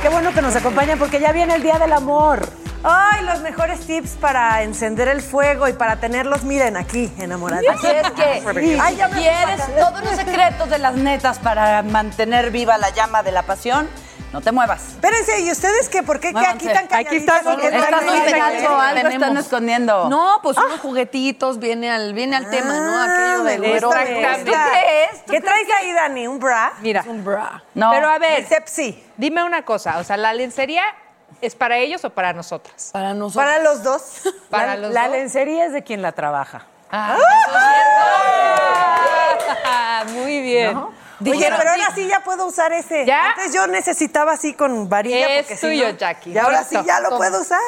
Qué bueno que nos acompañan porque ya viene el Día del Amor. Ay, los mejores tips para encender el fuego y para tenerlos, miren, aquí, enamorados. Así es que Ay, si ya me quieres todos los secretos de las netas para mantener viva la llama de la pasión, no te muevas. Espérense, ¿y ustedes qué? ¿Por qué qué aquí Muévanse. tan Aquí calladitos? está, Porque está están Están muy ahí, pegado, escondiendo ¿eh? algo, están escondiendo. No, pues Ah. unos juguetitos, viene al, viene al tema, ¿no? Aquello del me gusta, güero. me gusta. ¿Tú crees? ¿Tú ¿Qué traes ahí, Dani? ¿Un bra? Mira. No. Pero a ver, Sepsi. dime una cosa, o sea, ¿la lencería es para ellos o para nosotras? Para nosotros. Para los dos. Para la, los la dos. lencería es de quien la trabaja. ¡Ah! Ah, muy bien. Oye, pero ahora sí ya puedo usar ese. ¿Ya? Antes yo necesitaba así con varilla. Es porque si tuyo, no- Jackie. Y ahora sí Listo. ya lo Toma. puedo usar.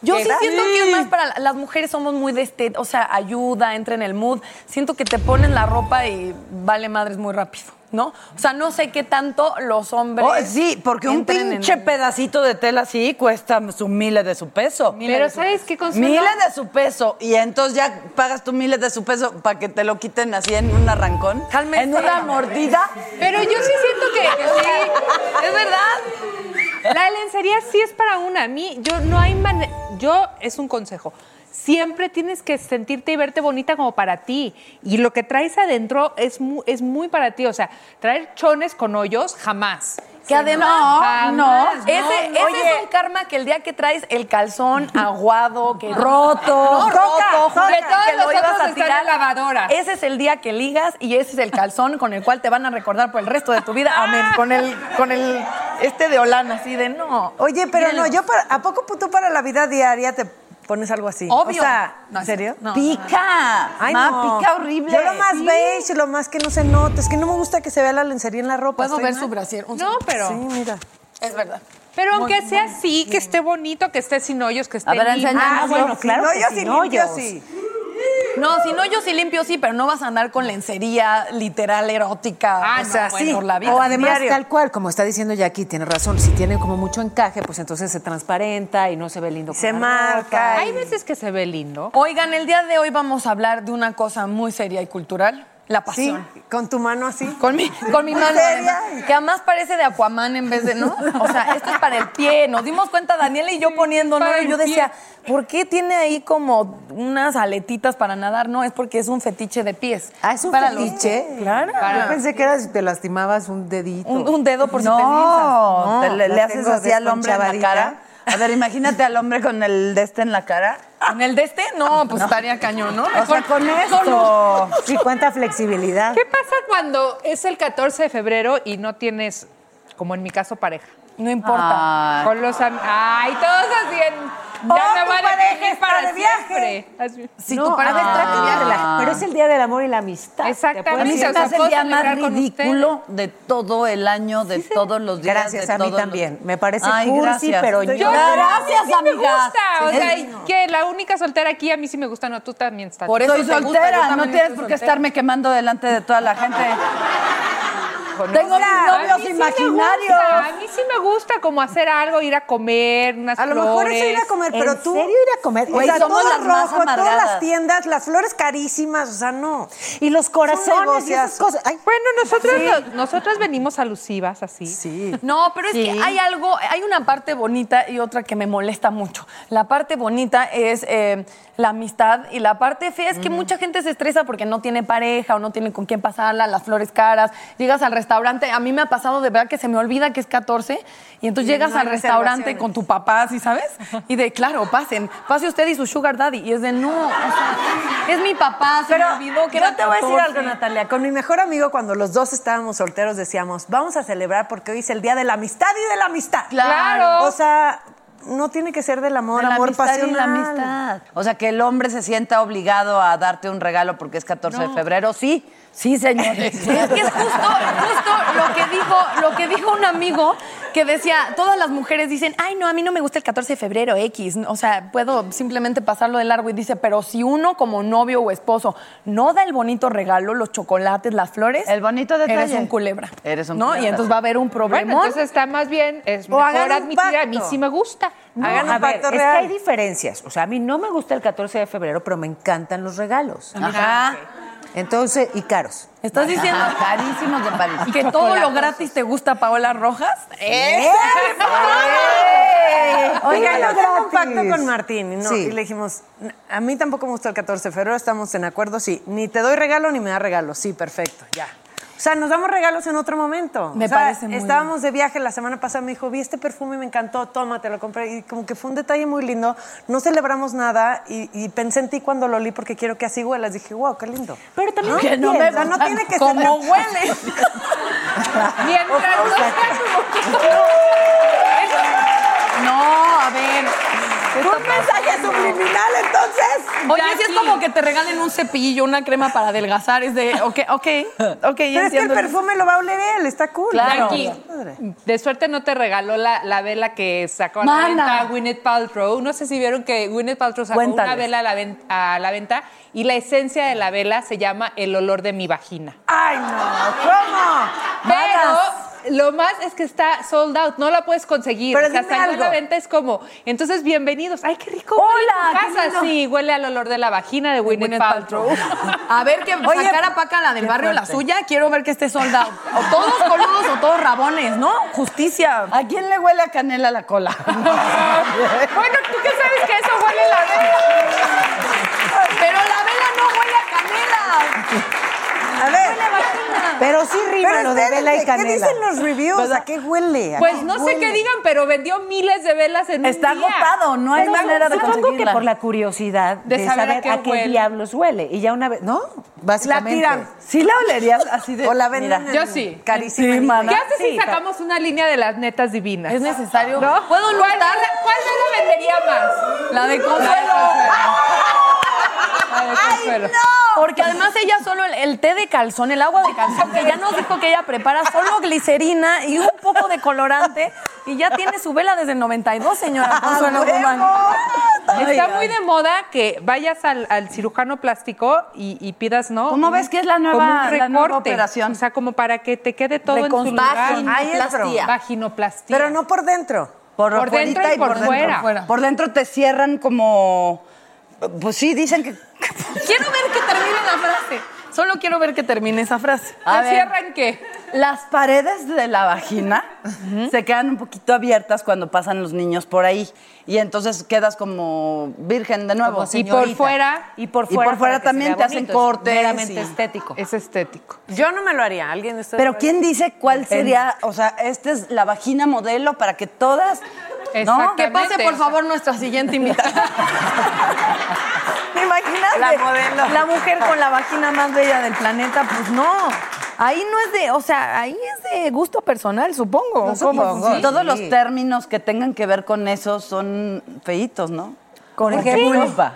Yo sí ¿Verdad? siento que es más para las mujeres somos muy de este, o sea, ayuda, entra en el mood. Siento que te pones la ropa y vale madres muy rápido, ¿no? O sea, no sé qué tanto los hombres. Oh, sí, porque un entren en- pinche pedacito de tela así cuesta su miles de su peso. Pero ¿sabes qué, Consuelo? Miles de su peso. Y entonces ya pagas tu miles de su peso para que te lo quiten así en un arrancón. Cálmense. En una mordida. Pero yo sí siento que, que sí. Es verdad. La lencería sí es para una. A mí, yo no hay manera. Yo, es un consejo. Siempre tienes que sentirte y verte bonita como para ti. Y lo que traes adentro es muy, es muy para ti. O sea, traer chones con hoyos, jamás. Que además, no, no, ese, ese oye. es un karma que el día que traes el calzón aguado, que roto, Toca, roto, toca. justo De todos que lo los ibas a otros están tirar en lavadora. Ese es el día que ligas y ese es el calzón con el cual te van a recordar por el resto de tu vida. Amén. Con el, con el este de Olana, así de no. Oye, pero Miren, no, yo para, ¿a poco tú para la vida diaria te pones algo así? Obvio. O sea, No, ¿en serio? no, no, Pica. Ay, Ma, no. pica horrible. Yo lo más Sí. beige, lo más que no se nota. Es que no me gusta que se vea la lencería en la ropa. Puedo Estoy ver mal. su brasier. Un No, segundo. pero. Sí, mira. Es verdad. Pero aunque sea así, que esté bonito, que esté sin hoyos, que esté ver, limpio. enséñanos. Ah, sí, bueno, claro. no, que yo sí, sí no, limpio, yo sí. sí. No, si no, yo sí limpio, sí, pero no vas a andar con lencería literal, erótica, Ah, o sea, no, así bueno. por la vida. O además, Diario. tal cual, como está diciendo Jackie, tiene razón. Si tiene como mucho encaje, pues entonces se transparenta y no se ve lindo. con Se la marca. Hay veces que se ve lindo. Oigan, el día de hoy vamos a hablar de una cosa muy seria y cultural, la Sí, pasión. con tu mano así. Con mi, con mi Muy mano, seria. además, que además parece de Aquaman en vez de, ¿no? O sea, esto es para el pie. Nos dimos cuenta, Daniela y yo poniendo, ¿no? para Y el yo decía, ¿por qué tiene ahí como unas aletitas para nadar? No, es porque es un fetiche de pies. Ah, es un Para los- fetiche. Claro. Yo pensé que eras, te lastimabas un dedito. Un, un dedo por si te No, deslizas. te le, la le haces tengo así al hombre en la cara. desconchavadita. A ver, imagínate al hombre con el de este en la cara. En el de este, no, pues estaría cañón, ¿no? O sea, Mejor- con un- esto. Sí, cuánta flexibilidad. ¿Qué pasa cuando es el 14 de febrero y no tienes, como en mi caso, pareja? No importa. Ay. Con los am- Ay, todos así en. Oh, ya me tu va de pareja viaje ah. está para de viaje. siempre. Así. Si tu pareja está Pero es el día del amor y la amistad. A mí Exactamente. se o me sea, hace el puedo día más celebrar con ridículo de todo el año, de todos los días. Gracias, de a mí todos los- también. Me parece Ay, cursi, gracias. pero Estoy- Yo, gracias, a mí sí me amiga. gusta. O Sí, sea, sí. y que la única soltera aquí a mí sí me gusta, no tú también estás. Por eso Soy te gusta, yo soltera, también no estoy tienes por qué soltera. estarme quemando delante de toda Ah, la gente. Con- Tengo mis A mí novios sí me imaginarios. gusta, a mí sí me gusta como hacer algo, ir a comer, unas A lo mejor eso ir a flores. comer, pero ¿En tú. serio ir a comer? O Güey, sea, somos todo las más rojo, todas amargadas. las tiendas, las flores carísimas, o sea, no. Y los corazones y esas negociazo. cosas. Ay, Bueno, nosotros, nosotras venimos alusivas así. Sí. No, pero es Sí. que hay algo, hay una parte bonita y otra que me molesta mucho. La parte bonita es eh, la amistad y la parte fea es que mucha gente se estresa porque no tiene pareja o no tiene con quién pasarla, las flores caras, llegas al restaurante, a mí me ha pasado de verdad que se me olvida que es 14 y entonces Y llegas no hay al restaurante reservaciones. con tu papá, ¿sí sabes? Y de, claro, pasen, pase usted y su sugar daddy. Y es de, no, o sea, es mi papá, se me olvidó que yo era te voy a decir 14. algo, Natalia. Con mi mejor amigo, cuando los dos estábamos solteros, decíamos, vamos a celebrar porque hoy es el día de la amistad y de la amistad. Claro. O sea, no tiene que ser del amor, De la amor amistad y pasional. la amistad. O sea, que el hombre se sienta obligado a darte un regalo porque es 14 de febrero. Sí, sí, señores. Es que es justo, justo lo que dijo, lo que dijo un amigo que decía, todas las mujeres dicen, ay no, a mí no me gusta el 14 de febrero X, o sea, puedo simplemente pasarlo de largo y dice, pero si uno como novio o esposo no da el bonito regalo, los chocolates, las flores, El bonito detalle. eres un culebra. Eres un ¿no? culebra. Y entonces va a haber un Bueno, problema. entonces está más bien, es mejor hagan un admitir, a mí pacto. sí me gusta. No, Hagan a un ver, pacto es real. real. que hay diferencias. O sea, a mí no me gusta el 14 de febrero, pero me encantan los regalos. Ajá. Entonces, y caros. Estás diciendo Ajá, Carísimos de París. que todo lo gratis te gusta Paola Rojas. ¿Eh? Oiga, Oigan, yo tengo un gratis. pacto con Martín ¿no? Sí. y le dijimos, a mí tampoco me gusta el 14 de febrero, estamos en acuerdo, sí, ni te doy regalo ni me da regalo, sí, perfecto, ya. O sea, nos damos regalos en otro momento. Me O sea, parece muy Estábamos de viaje la semana pasada, me dijo, vi este perfume, me encantó, toma, te lo compré. Y como que fue un detalle muy lindo, no celebramos nada y, y pensé en ti cuando lo olí porque quiero que así huelas. Dije, wow, qué lindo. Pero también Que no me o sea, no gusta tiene que cómo ser... huele. Mientras no sea tu bonito. No, a ver. Un mensaje subliminal, entonces. Oye, si es como que te regalen un cepillo, una crema para adelgazar, es de, ok, ok, ok, ya Pero es que el entiendo. perfume lo va a oler él, está cool. Claro. Está Jackie, padre. de suerte no te regaló la, la vela que sacó a Mana. la venta Gwyneth Paltrow. No sé si vieron que Gwyneth Paltrow sacó Cuéntales. una vela a la, ven- a la venta y la esencia de la vela se llama el olor de mi vagina. Ay, no, ¿cómo? Pero lo más es que está sold out, no la puedes conseguir. Pero o sea, dime salió a la algo. venta es como, entonces bienvenidos. Ay, qué rico. huele Hola, tu qué casa. lindo. Sí, huele al olor de la vagina de Winnie Gwyneth Paltrow. A ver que sacara Paca la del barrio la suya, quiero ver que esté soldado. O todos coludos o todos rabones, ¿no? Justicia. ¿A quién le huele a canela la cola? bueno, ¿tú qué sabes que eso huele la vela? Pero la vela no huele a canela. A ver. Pero sí rima lo de espérense, vela y ¿Qué canela. dicen los reviews? ¿A qué huele? ¿A Pues no sé qué digan, pero vendió miles de velas en Está un día. agotado, no hay Pero manera de supongo conseguirla. que por la curiosidad de, saber, a qué, huele. diablos huele. Y ya una vez, ¿no? Básicamente. ¿Sí la olerías así de...? O la venden Mira. en- Yo sí. Carísima. Sí, mana. ¿Qué haces Sí, si sacamos una línea de las netas divinas? Es necesario. ¿No? ¿Puedo ¿Cuál, notar? ¿Cuál vela vendería más? La de Consuelo. consuelo. La de Consuelo. Porque además ella solo el, el té de calzón, el agua de calzón, que ya nos dijo que ella prepara solo glicerina y un poco de colorante y ya tiene su vela desde el 92, señora Consuelo Guzmán. Está muy de moda que vayas al, al cirujano plástico y, y pidas, ¿no? ¿Cómo ves que es la nueva- Como un la nueva recorte. operación? O sea, como para que te quede todo en su lugar. Reconstrucción. Ahí entró. Vaginoplastia. Pero no por dentro. Por, Por afuerita dentro y por fuera. Por dentro te cierran como... Pues sí, dicen que... Quiero ver que termine la frase. Solo quiero ver que termine esa frase. A ¿Te ver. cierran qué? Las paredes de la vagina se quedan un poquito abiertas cuando pasan los niños por ahí. Y entonces quedas como virgen de nuevo. Como señorita. Y por fuera- Y por y fuera, por fuera para que también se vea te hacen bonito, es cortes meramente y- estético. Es estético. Yo no me lo haría. ¿Alguien de ustedes? Pero ¿quién dice cuál sería? O sea, esta es la vagina modelo para que todas. ¿no? Exactamente. Que pase, por favor, nuestra siguiente invitada. ¿Te imaginas? La de- modelo. La mujer con la vagina más bella del Planeta, pues no. Ahí no es de, o sea, ahí es de gusto personal, supongo. ¿Cómo? Sí. Todos los términos que tengan que ver con eso son feitos, ¿no? Con Porque ejemplo. vulva.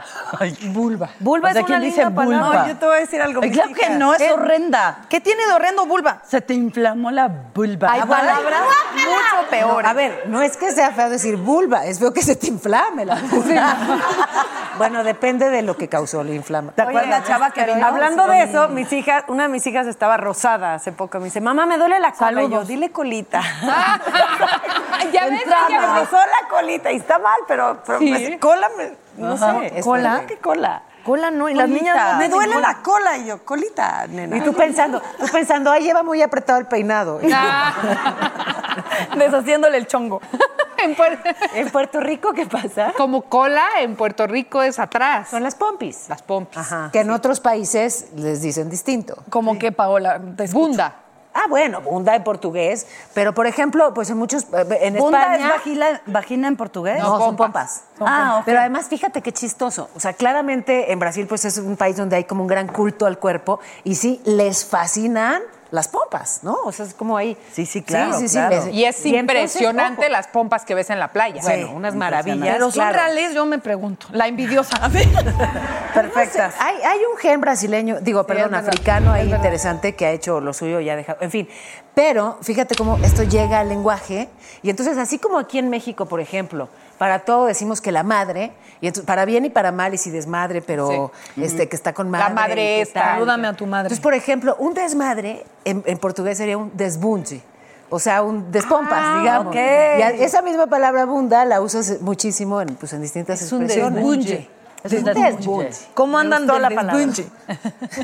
Vulva. Vulva O sea, es ¿quién una dice linda palabra. vulva? No, yo te voy a decir algo. Ay, mis Claro que hijas. no, es horrenda. ¿Qué tiene de horrendo vulva? Se te inflamó la vulva. Hay Ah, bueno. palabras mucho peores. A ver, no es que sea feo decir vulva, es feo que se te inflame la vulva. bueno, depende de lo que causó la inflamación. ¿Te acuerdas la chava que vino? Hablando de eso, mis hijas, una de mis hijas estaba rosada hace poco. Me dice, mamá, me duele la cola. Y yo, dile colita. ya ves, Entraba, ya me ves. rozó la colita y está mal, pero, pero Sí. me- cola, me- no Ajá, sé. es ¿Cola? fuerte. ¿Qué cola? Cola no, y las Colita. niñas Me no tienen duele cola. la cola. Y yo, colita, nena. Y tú pensando, tú pensando, ay, lleva muy apretado el peinado. Ah. Deshaciéndole el chongo. En Puerto- ¿En Puerto Rico qué pasa? Como cola en Puerto Rico es atrás. Son las pompis. Las pompis. Ah, Que en otros países les dicen distinto. Como que Paola, te escucho. Bunda. Ah, bueno, bunda en portugués, pero por ejemplo, pues en muchos eh, en ¿Bunda España ¿eh? es vagila- vagina en portugués? No, son pompas. Son Ah, pompas. ok. Pero además, fíjate qué chistoso. O sea, claramente en Brasil, pues es un país donde hay como un gran culto al cuerpo y sí, les fascinan las pompas, ¿no? O sea, es como ahí. Sí, sí, sí, sí, les- Y es entonces, impresionante ojo. las pompas que ves en la playa. Sí, bueno, unas maravillas. impresionante. Pero son Claro. reales, yo me pregunto. La envidiosa. Perfectas. hay, hay un gen brasileño, digo, perdón, es verdad, africano es ahí verdad. interesante que ha hecho lo suyo y ha dejado. En fin, pero fíjate cómo esto llega al lenguaje. Y entonces, así como aquí en México, por ejemplo, para todo decimos que la madre, y entonces, para bien y para mal, y si desmadre, pero este que está con madre. La madre y que esta. tal. Salúdame a tu madre. Entonces, por ejemplo, un desmadre en, en portugués sería un desbunche. O sea, un despompas, Ah, digamos. ok. Y a- esa misma palabra bunda la usas muchísimo en, pues, en distintas Es un expresiones. desbunche. Es un desbunche. ¿Cómo Me andan gustó del la palabra. desbunche?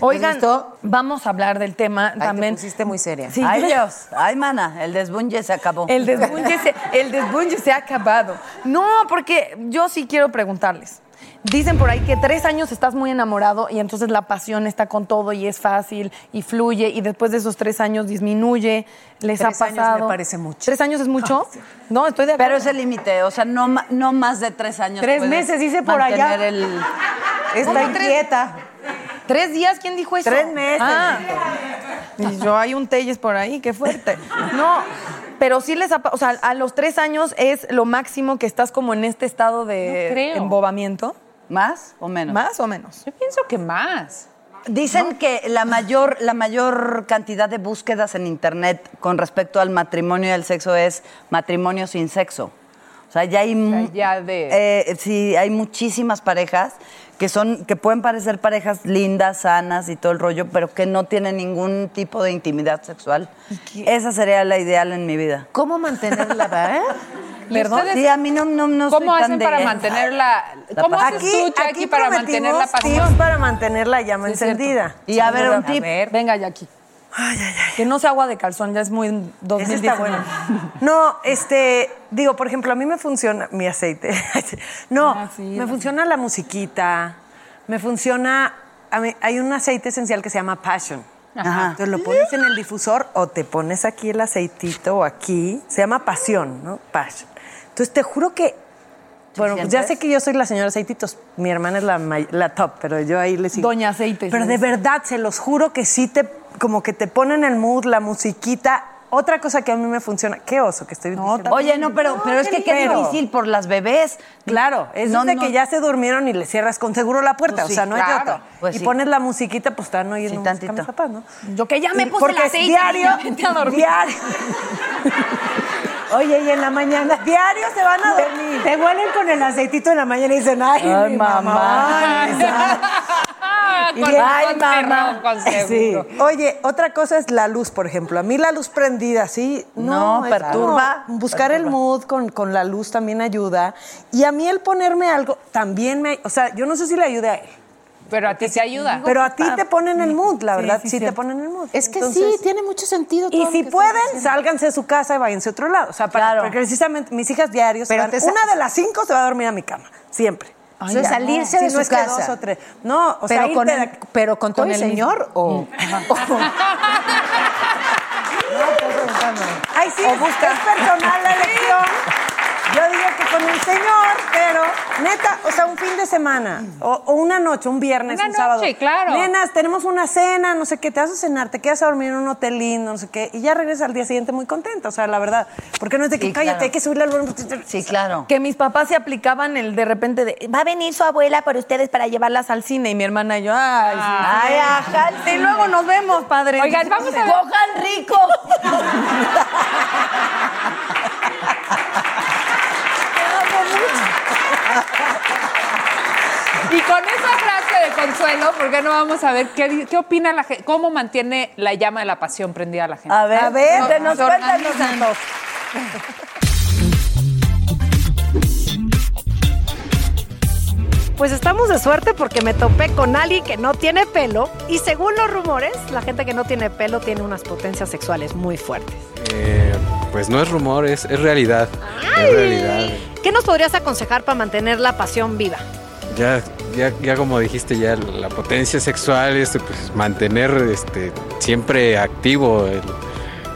Oigan, vamos a hablar del tema también. pusiste muy seria. Sí, Ay, claro. Dios. Ay, mana, el desbunye se acabó. El desbunche, se, el desbunche se ha acabado. No, porque yo sí quiero preguntarles. Dicen por ahí que tres años estás muy enamorado y entonces la pasión está con todo y es fácil y fluye y después de esos tres años disminuye. ¿Les Tres ha años me pasado? parece mucho. ¿Tres años es mucho? No, estoy de acuerdo. Pero es el límite, o sea, no, ma- no más de tres años. Tres puedes meses, dice por allá. mantener el- Está ¿Cómo tres? inquieta. ¿Tres días? ¿Quién dijo eso? Tres meses. Ah. Y yo, hay un Telles por ahí, qué fuerte. No, pero sí les... ha pa- O sea, a los tres años es lo máximo que estás como en este estado de No creo. embobamiento. ¿Más o menos? ¿Más o menos? Yo pienso que más. Dicen que la mayor, la mayor cantidad de búsquedas en internet con respecto al matrimonio y al sexo es matrimonio sin sexo. O sea, ya hay mu- ya de- eh, sí, hay muchísimas parejas que son, que pueden parecer parejas lindas, sanas y todo el rollo, pero que no tienen ningún tipo de intimidad sexual. Esa sería la ideal en mi vida. ¿Cómo mantenerla? va, eh? ¿Y Perdón, ustedes sí, a mí no, no, no soy ¿Cómo tan hacen de- para mantener la... La ¿Cómo pasión. haces tú, Jackie, para mantener la pasión? para mantener la llama Sí, es cierto. encendida. Y a ver, un tip. Venga, Jackie. Que no sea agua de calzón, ya es muy 2019. Ese está bueno. No, este, digo, por ejemplo, a mí me funciona mi aceite. no, Ah, sí, el me funciona la musiquita, me funciona, a mí- hay un aceite esencial que se llama Passion. Ajá. Entonces lo pones en el difusor o te pones aquí el aceitito o aquí. Se llama pasión, ¿no? Passion. Entonces te juro que, bueno, pues ya sé sientes? que yo soy la señora aceititos, mi hermana es la, may- la top, pero yo ahí le sigo. Doña Aceites, Pero ¿no? de verdad, se los juro que sí te, como que te ponen el mood, la musiquita. Otra cosa que a mí me funciona, qué oso que estoy diciendo. Oye, no, pero, pero es que qué lindo. difícil por las bebés. Claro, es No, de no. que ya se durmieron y le cierras con seguro la puerta, Pues sí, o sea, no claro. hay otra. Pues y sí. pones la musiquita, pues están oyendo Sí, música tantito. mis papás, ¿no? Yo que ya me Y- puse Porque el es aceite. diario, ya vete a dormir. diario. Oye, y en la mañana, diario se van a dormir. Te huelen con el aceitito en la mañana y dicen, ay, Ay, mi mamá. mamá. Ah, con, bien, ay, ay, mamá. mamá. Sí. Oye, otra cosa es la luz, por ejemplo. A mí la luz prendida, sí. No, No, es perturba. como Buscar el mood con, con la luz también ayuda. Y a mí el ponerme algo también me. O sea, yo no sé si le ayuda a él, Pero a ti te ayuda. pero a ti Ah, te ponen el mood, la verdad. Sí, sí, te cierto. ponen el mood. Es que Entonces- sí, tiene mucho sentido. todo Y lo si que pueden, estás diciendo. sálganse de su casa y váyanse a otro lado. O sea, para, Claro. porque precisamente mis hijas diarios, se Pero van- te sa- una de las cinco se va a dormir a mi cama, siempre. O sea, salirse Si de no su es casa. que dos o tres. No, o sea, pero, irte con de- el, pero con todo con el el mismo. señor o... Mm. Ay, sí, es personal la elección. Yo digo que con el señor, pero neta, o sea, un fin de semana o, o una noche, un viernes, Una un sábado. noche, claro. Nenas, tenemos una cena, no sé qué, te vas a cenar, te quedas a dormir en un hotel lindo, no sé qué, y ya regresas al día siguiente muy contenta, o sea, la verdad. Porque no es de que Sí, cállate, claro. hay que subirle al volumen. Sí, claro. Que mis papás se aplicaban el de repente de va a venir su abuela por ustedes para llevarlas al cine y mi hermana y yo, ay, sí, sí". Ay, ajá. el Y luego nos vemos, padre. Oigan, vamos a ver. ¡Cojan rico! Y con esa frase de consuelo, ¿por qué no vamos a ver qué, di- qué opina la gente? ¿Cómo mantiene la llama de la pasión prendida la gente? A ver, a No, ver, se organizan. Pues estamos de suerte porque me topé con alguien que no tiene pelo y según los rumores, la gente que no tiene pelo tiene unas potencias sexuales muy fuertes. Eh, pues no es rumor, es, es realidad. Es realidad. ¿Qué nos podrías aconsejar para mantener la pasión viva? Ya, ya, ya como dijiste, ya la potencia sexual es pues, mantener este, siempre este, activo el,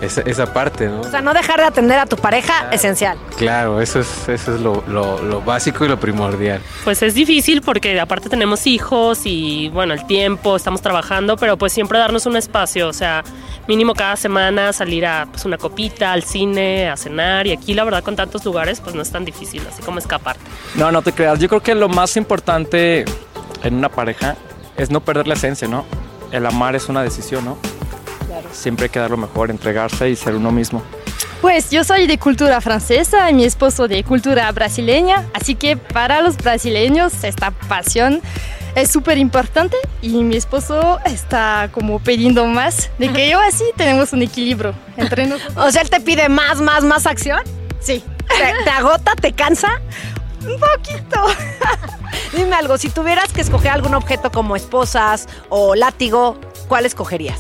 esa, esa parte, ¿no? O sea, no dejar de atender a tu pareja, esencial. Claro, eso es, eso es lo, lo- lo básico y lo primordial. Pues es difícil porque aparte tenemos hijos y bueno, el tiempo, estamos trabajando, pero pues siempre darnos un espacio, o sea, mínimo cada semana salir a pues, una copita, al cine, a cenar y aquí la verdad con tantos lugares pues no es tan difícil, así como escapar. No, no te creas. Yo creo que lo más importante en una pareja es no perder la esencia, ¿no? El amar es una decisión, ¿no? Siempre hay que dar lo mejor, entregarse y ser uno mismo. Pues yo soy de cultura francesa y mi esposo de cultura brasileña, así que para los brasileños esta pasión es súper importante y mi esposo está como pidiendo más de que yo así tenemos un equilibrio entre nosotros. O sea, él te pide más, más, más acción. Sí. ¿Te, te agota? ¿Te cansa? Un poquito. Dime algo, si tuvieras que escoger algún objeto como esposas o látigo, ¿cuál escogerías?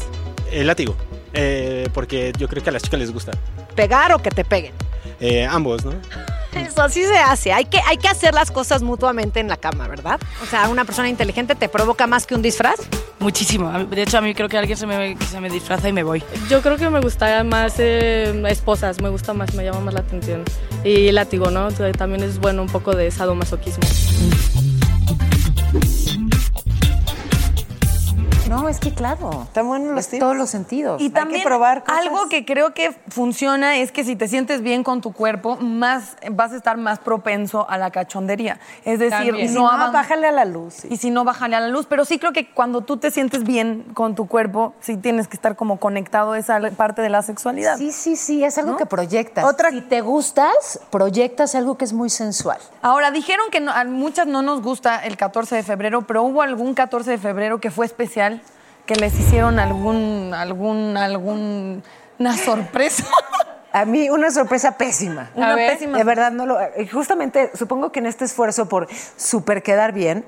El látigo. eh, porque yo creo que a las chicas les gusta. ¿Pegar o que te peguen? Eh, ambos, ¿no? Eso así se hace. Hay que, hay que hacer las cosas mutuamente en la cama, ¿verdad? O sea, una persona inteligente te provoca más que un disfraz. Muchísimo. A mí- De hecho, a mí creo que alguien se me, se me disfraza y me voy. Yo creo que me gusta más eh, esposas, me gusta más, me llama más la atención. Y látigo, ¿no? T- También es bueno un poco de sadomasoquismo. No, es que claro. Están buenos los todos los sentidos. Y Pues Hay también que probar cosas. algo que creo que funciona es que si te sientes bien con tu cuerpo, más vas a estar más propenso a la cachondería. Es decir, También. Y si no, no, aban- bájale a la luz. Y si no, bájale a la luz. Pero sí creo que cuando tú te sientes bien con tu cuerpo, sí tienes que estar como conectado a esa parte de la sexualidad. Sí, sí, sí, es algo que proyectas. Otra. Si te gustas, proyectas algo que es muy sensual. Ahora, dijeron que no- a muchas no nos gusta el 14 de febrero, pero hubo algún 14 de febrero que fue especial, que les hicieron algún, algún, algún, una sorpresa. A mí una sorpresa pésima. Una A ver. pésima. De verdad no lo. eh, Justamente supongo que en este esfuerzo por super quedar bien.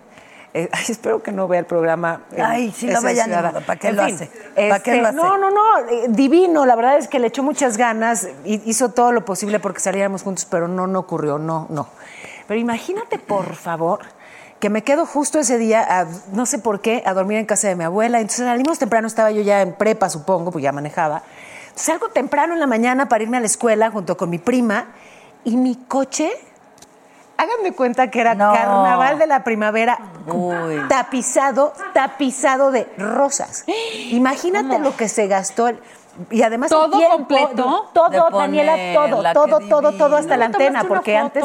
eh, ay, espero que no vea el programa. eh, Ay, sí, no Esa vea ni Ciudadana. modo, ¿para qué En lo fin, hace? ¿Para qué este, lo hace? No, no, no. eh, Divino. La verdad es que le echó muchas ganas. hi- Hizo todo lo posible porque saliéramos juntos, pero no, no ocurrió. No, no. Pero imagínate, por favor, que me quedo justo ese día, a- no sé por qué, a dormir en casa de mi abuela. Entonces salimos temprano, estaba yo ya en prepa, supongo, pues ya manejaba. Salgo temprano en la mañana para irme a la escuela junto con mi prima y mi coche, háganme cuenta que era carnaval de la primavera tapizado, tapizado de rosas. Imagínate lo que se gastó el- y además el ¿Todo tiempo, completo? todo, De Daniela, todo, ponerla, todo, qué todo, todo hasta divino. la ¿No tomaste antena, una porque antes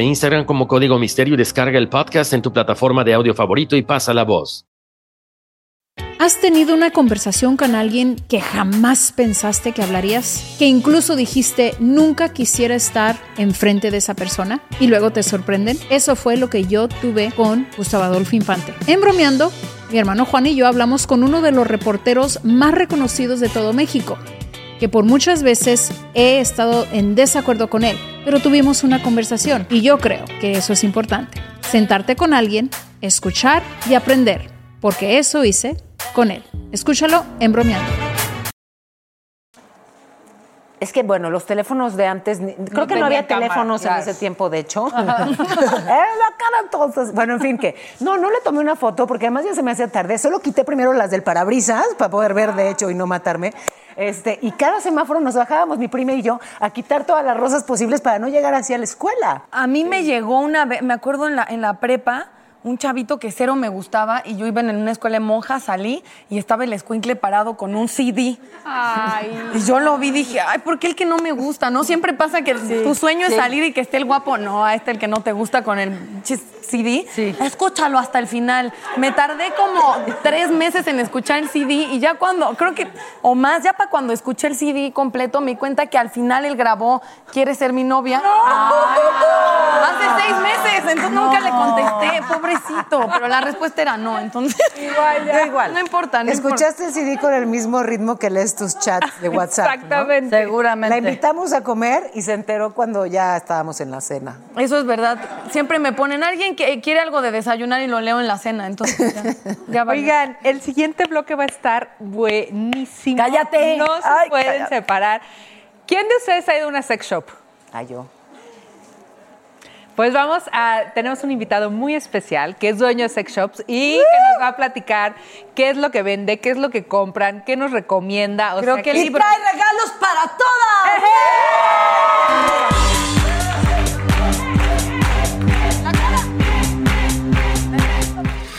Instagram como Código Misterio y descarga el podcast en tu plataforma de audio favorito y pasa la voz. ¿Has tenido una conversación con alguien que jamás pensaste que hablarías? ¿Que incluso dijiste nunca quisiera estar enfrente de esa persona? ¿Y luego te sorprenden? Eso fue lo que yo tuve con Gustavo Adolfo Infante. En bromeando, mi hermano Juan y yo hablamos con uno de los reporteros más reconocidos de todo México que por muchas veces he estado en desacuerdo con él, pero tuvimos una conversación y yo creo que eso es importante. Sentarte con alguien, escuchar y aprender, porque eso hice con él. Escúchalo en bromeando. Es que, bueno, los teléfonos de antes, ni- creo que no tenía había cámara, teléfonos claro. en ese tiempo, de hecho. Era la cara entonces. Bueno, en fin, que no, no le tomé una foto porque además ya se me hacía tarde. Solo quité primero las del parabrisas para poder ver, de hecho, y no matarme. Este, y cada semáforo nos bajábamos, mi prima y yo, a quitar todas las rosas posibles para no llegar hacia la escuela. A mí me llegó una vez, me acuerdo en la, en la prepa, un chavito que cero me gustaba y yo iba en una escuela de monjas, salí y estaba el escuincle parado con un CD. Ay. Y yo lo vi y dije, ay, ¿por qué el que no me gusta? ¿No? Siempre pasa que tu sueño sí. es salir y que esté el guapo. No, a este el que no te gusta con el chis- CD. Escúchalo hasta el final. Me tardé como tres meses en escuchar el CD y ya cuando, creo que, o más, ya para cuando escuché el CD completo me di cuenta que al final él grabó ¿Quieres ser mi novia? Ay, hace seis meses, entonces nunca le contesté, pobrecito. Pero la respuesta era no, entonces. Igual, ya. igual. No importa, no importa. Escuchaste el CD con el mismo ritmo que lees tus chats de WhatsApp. ¿no? Exactamente. Seguramente. La invitamos a comer y se enteró cuando ya estábamos en la cena. Eso es verdad. Siempre me ponen alguien que quiere algo de desayunar y lo leo en la cena. Entonces, ya, ya valió. Oigan, el siguiente bloque va a estar buenísimo. ¡Cállate! No se Ay, pueden cállate. separar. ¿Quién de ustedes ha ido a una sex shop? Ah, yo. Pues vamos a. Tenemos un invitado muy especial que es dueño de sex shops y que nos va a platicar qué es lo que vende, qué es lo que compran, qué nos recomienda. O Creo sea, que qué y libro- trae regalos para todas.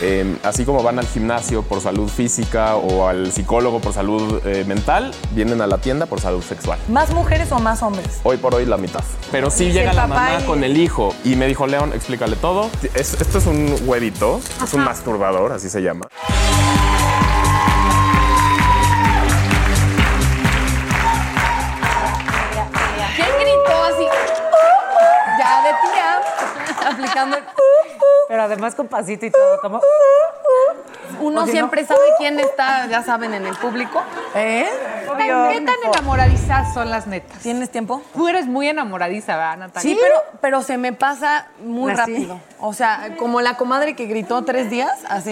Eh, así como van al gimnasio por salud física o al psicólogo por salud eh, mental, vienen a la tienda por salud sexual. ¿Más mujeres o más hombres? Hoy por hoy la mitad. Pero sí Y llega el la papá mamá y- con el hijo y me dijo, León, explícale todo. Es- esto es un huevito, es un masturbador, así se llama. ¿Quién gritó así? Ya de tía, aplicando el- Pero además con pasito y todo, como... Uno Porque no- siempre sabe quién está, ya saben, en el público. Uh. ¿Eh? ¿Qué tan enamoradizas son las netas? ¿Tienes tiempo? Tú eres muy enamoradiza, ¿verdad, Natalia? Sí, pero, pero se me pasa muy ¿Así? rápido. O sea, como la comadre que gritó tres días, así.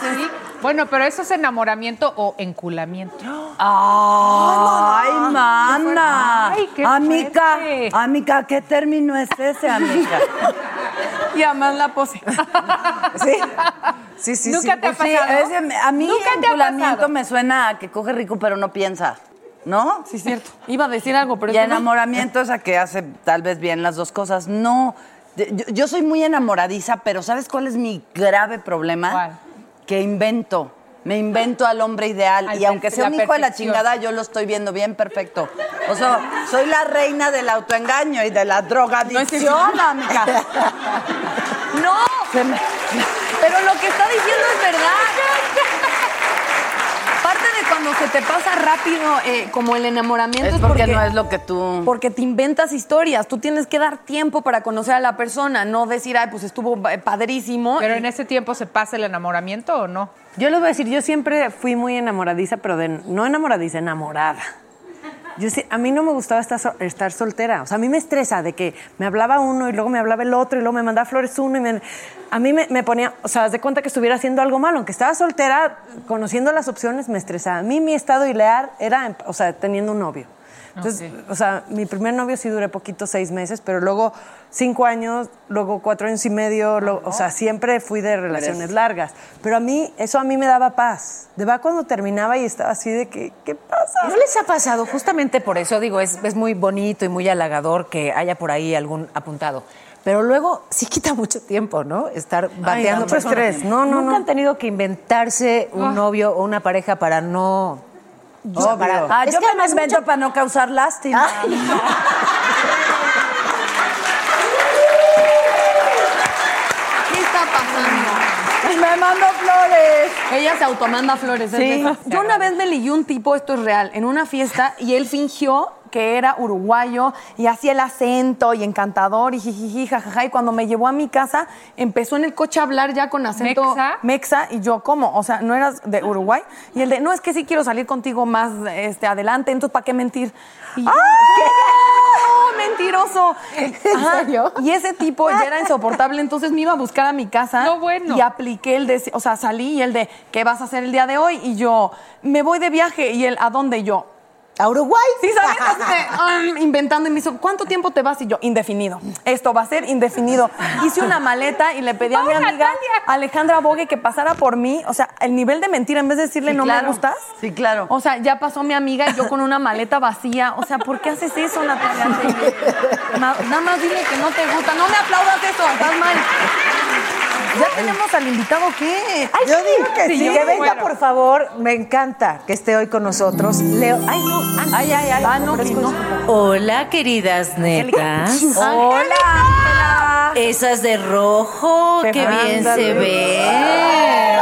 Así. Ah, Bueno, pero eso es enamoramiento o enculamiento. Ah, Ay, no, no. mana. Ay, qué amiga, fuerte. amiga, ¿qué término es ese, amiga? Y además la pose. Sí. Sí, sí, ¿Nunca sí. te ha Sí, pasado? ese me- a mí ¿Nunca te ha enculamiento pasado? me suena a que coge rico pero no piensa, ¿no? Sí, cierto. Iba a decir algo, pero... Y enamoramiento es a que hace tal vez bien las dos cosas. No, de- yo, yo soy muy enamoradiza, pero ¿sabes cuál es mi grave problema? Que invento. Me invento al hombre ideal Al y aunque perfe- sea un la hijo de la perfección. chingada, yo lo estoy viendo bien perfecto. O sea, soy la reina del autoengaño y de la drogadicción, amiga. ¡No! Pero lo que está diciendo es verdad. Parte de cuando se te pasa rápido, eh, como el enamoramiento, Es es porque no es lo que tú... Porque te inventas historias. Tú tienes que dar tiempo para conocer a la persona, no decir, ay, pues estuvo pa- padrísimo. Pero en ese tiempo se pasa el enamoramiento o no. Yo les voy a decir, yo siempre fui muy enamoradiza, pero de, no enamoradiza, enamorada. Yo sí- a mí no me gustaba estar, so- estar soltera. O sea, a mí me estresa de que me hablaba uno y luego me hablaba el otro y luego me mandaba flores uno y me- a mí me, me ponía, o sea, haz de cuenta que estuviera haciendo algo malo. Aunque estaba soltera, conociendo las opciones me estresaba. A mí mi estado ideal era, en- o sea, teniendo un novio. Entonces, o sea, mi primer novio sí duré poquito, seis meses, pero luego cinco años, luego cuatro años y medio, luego- o sea, siempre fui de relaciones Eres- largas. Pero a mí, eso a mí me daba paz. De verdad, cuando terminaba y estaba así de que, ¿qué pasa? ¿No les ha pasado? Justamente por eso digo, es, es muy bonito y muy halagador que haya por ahí algún apuntado. Pero luego sí quita mucho tiempo, ¿no? Estar bateando. mucho personas. estrés. No, no, Nunca no. han tenido que inventarse un Ah. novio o una pareja para no. o sea, para- Ah, Es yo que me además invento para no causar lástima. ¿Qué está pasando? Me mando flores. Ella se automanda flores. es Sí. de esas. Yo una vez me ligué un tipo, esto es real, en una fiesta y él fingió que era uruguayo y hacía el acento y encantador y jijiji, jajaja. Y cuando me llevó a mi casa, empezó en el coche a hablar ya con acento ¿Mexa? mexa y yo, ¿cómo? O sea, ¿no eras de Uruguay? Y él de, no, es que sí quiero salir contigo más este, adelante, entonces, ¿para qué mentir? Y yo, ¡Oh, mentiroso! Ajá. Y ese tipo ya era insoportable, entonces me iba a buscar a mi casa. Y apliqué el de, o sea, salí y el de, ¿qué vas a hacer el día de hoy? Y yo, me voy de viaje. Y él, ¿a dónde? Y yo, ¿a Uruguay? Sí, ¿sabes? Así de, um, inventando. Y me hizo, ¿cuánto tiempo te vas? Y yo, indefinido. Esto va a ser indefinido. Hice una maleta y le pedí a mi Vamos, amiga Alejandra Bogue que pasara por mí. O sea, el nivel de mentira, en vez de decirle Sí, no claro. me gustas. Sí, claro. O sea, ya pasó mi amiga y yo con una maleta vacía. O sea, ¿por qué haces eso, Natalia? Ma- Nada más dile que no te gusta. No me aplaudas eso, estás mal. ¿Ya tenemos al invitado qué? Yo digo que sí. Que venga, por favor. Me encanta que esté hoy con nosotros. Leo. Ay, no. Ángel. Ay, ay, Ah, ay. ofrezco disculpas. Hola, queridas netas. Hola. Ángela. Esas de rojo, Te qué bien mandan. se ven.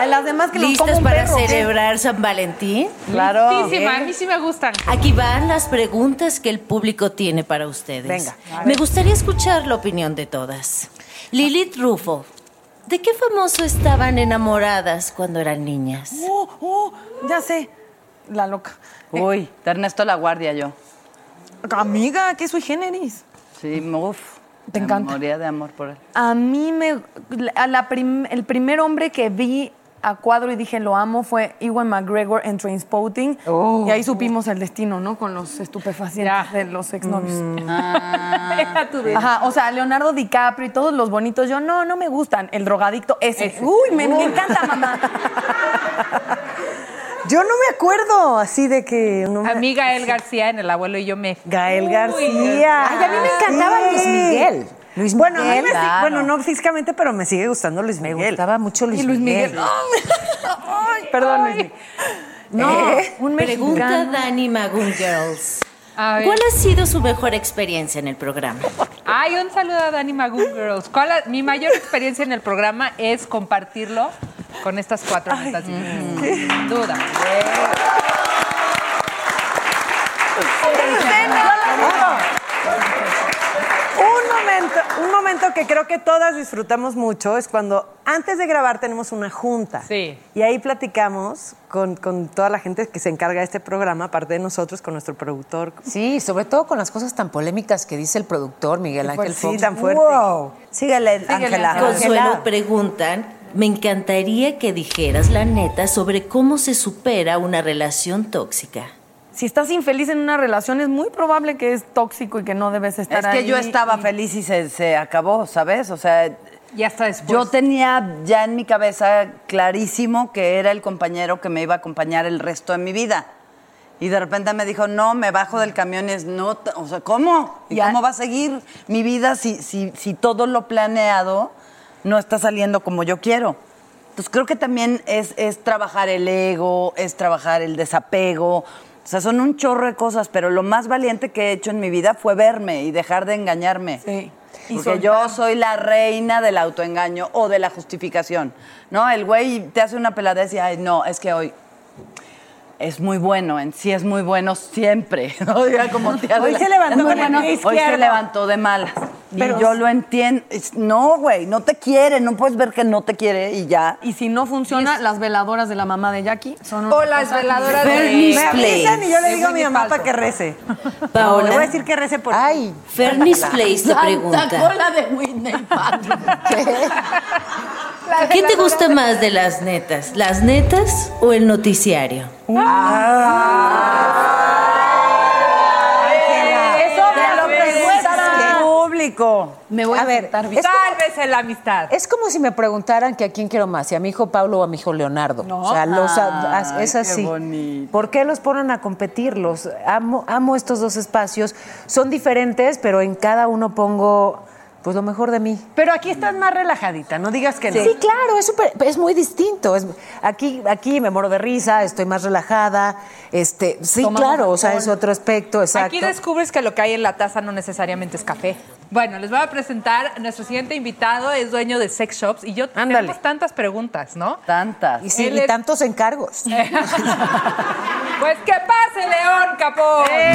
A las demás que los ¿Listas como un para perro, ¿qué? celebrar San Valentín? Claro. ¿eh? Listísima, a mí sí me gustan. Aquí van las preguntas que el público tiene para ustedes. Venga, a ver. Me gustaría escuchar la opinión de todas. Lilith Rufo, ¿de qué famoso estaban enamoradas cuando eran niñas? Uh, Oh, oh, ya sé. La loca. Uy, de Ernesto La Guardia yo. Amiga, ¿qué sui generis? Sí, uff. Te encanta. Moría de amor por él. A mí me. a la prim- el primer hombre que vi a cuadro y dije lo amo fue Ewan McGregor en Trainspotting. Oh. Y ahí supimos el destino, ¿no? Con los estupefacientes de los exnovios. Mm. Ajá, o sea, Leonardo DiCaprio y todos los bonitos. Yo, no, no me gustan. El drogadicto ese. Uy, me, me encanta, mamá. Yo no me acuerdo así de que. no me- A mí Gael García en El Abuelo y yo me... Gael Uy, García. Ay, a mí me encantaba Luis Miguel. Luis Bueno, a mí Miguel, me sí- claro. bueno, no físicamente, pero me sigue gustando Luis Miguel. Me gustaba mucho Luis Miguel. ¡Oh! Perdón, Luis Miguel. No, ¿Eh? Un pregunta mexicano. Dani Magoon Girls. A ver. ¿Cuál ha sido su mejor experiencia en el programa? Ay, un saludo a Dani Magoon Girls. ¿Cuál ha- mi mayor experiencia en el programa es compartirlo con estas cuatro netas. Mm. divinas. Sin duda. Un momento, un momento que creo que todas disfrutamos mucho es cuando antes de grabar tenemos una junta. Sí. Y ahí platicamos con, con toda la gente que se encarga de este programa, aparte de nosotros, con nuestro productor. Sí, sobre todo con las cosas tan polémicas que dice el productor Miguel Pues Ángel sí, Fox. tan fuerte. Wow. Sígale, Ángela. Consuelo, preguntan, me encantaría que dijeras la neta sobre cómo se supera una relación tóxica. Si estás infeliz en una relación, es muy probable que es tóxico y que no debes estar Es que yo ahí. estaba feliz y se, se acabó, ¿sabes? O sea, Ya está después. yo tenía ya en mi cabeza clarísimo que era el compañero que me iba a acompañar el resto de mi vida. Y de repente me dijo, no, me bajo del camión, y es no, t- o sea, ¿cómo? ¿Y cómo va a seguir mi vida si, si, si todo lo planeado no está saliendo como yo quiero? Entonces creo que también es, es trabajar el ego, es trabajar el desapego. O sea, son un chorro de cosas, pero lo más valiente que he hecho en mi vida fue verme y dejar de engañarme. Sí. Y Porque yo soy la reina del autoengaño o de la justificación. ¿No? El güey te hace una peladez y, ay, no, es que hoy es muy bueno, en sí es muy bueno siempre. ¿no? Ya como te hace Hoy la- se levantó es muy con el pie Hoy se izquierdo. levantó de malas. Pero- y yo lo entiendo. Es- No, güey, no te quiere, no puedes ver que no te quiere y ya. Y si no funciona, las veladoras de la mamá de Jackie son O una las cosa- veladoras de- Bernice Me avisan y yo le Place. digo a mi mamá para que rece. Paola. Le voy a decir que rece por ti. Ay, Fernis Place te pregunta, cola de Whitney ¿qué te gusta más de las netas? ¿Las netas o el noticiario? Ah. Eh, Eso me lo preguntan al público. Me voy a, ver, sentar bien. es Tal vez en la amistad. Es como si me preguntaran que a quién quiero más, si a mi hijo Pablo o a mi hijo Leonardo. O sea, los, a- a- es Ay, así. Qué bonito. ¿Por qué los ponen a competir? Los amo, amo estos dos espacios. Son diferentes, pero en cada uno pongo pues lo mejor de mí. Pero aquí estás más relajadita, no digas que Sí, no. claro, es, súper- es muy distinto. Es, aquí, aquí me muero de risa, estoy más relajada. Este, sí, Tomamos claro, o sea, alcohol. es otro aspecto, exacto. Aquí descubres que lo que hay en la taza no necesariamente es café. Bueno, les voy a presentar nuestro siguiente invitado, es dueño de sex shops y yo tenemos tantas preguntas, ¿no? Tantas. y, sí, Él y es- tantos encargos. Pues que pase, León Capón. ¡Eh!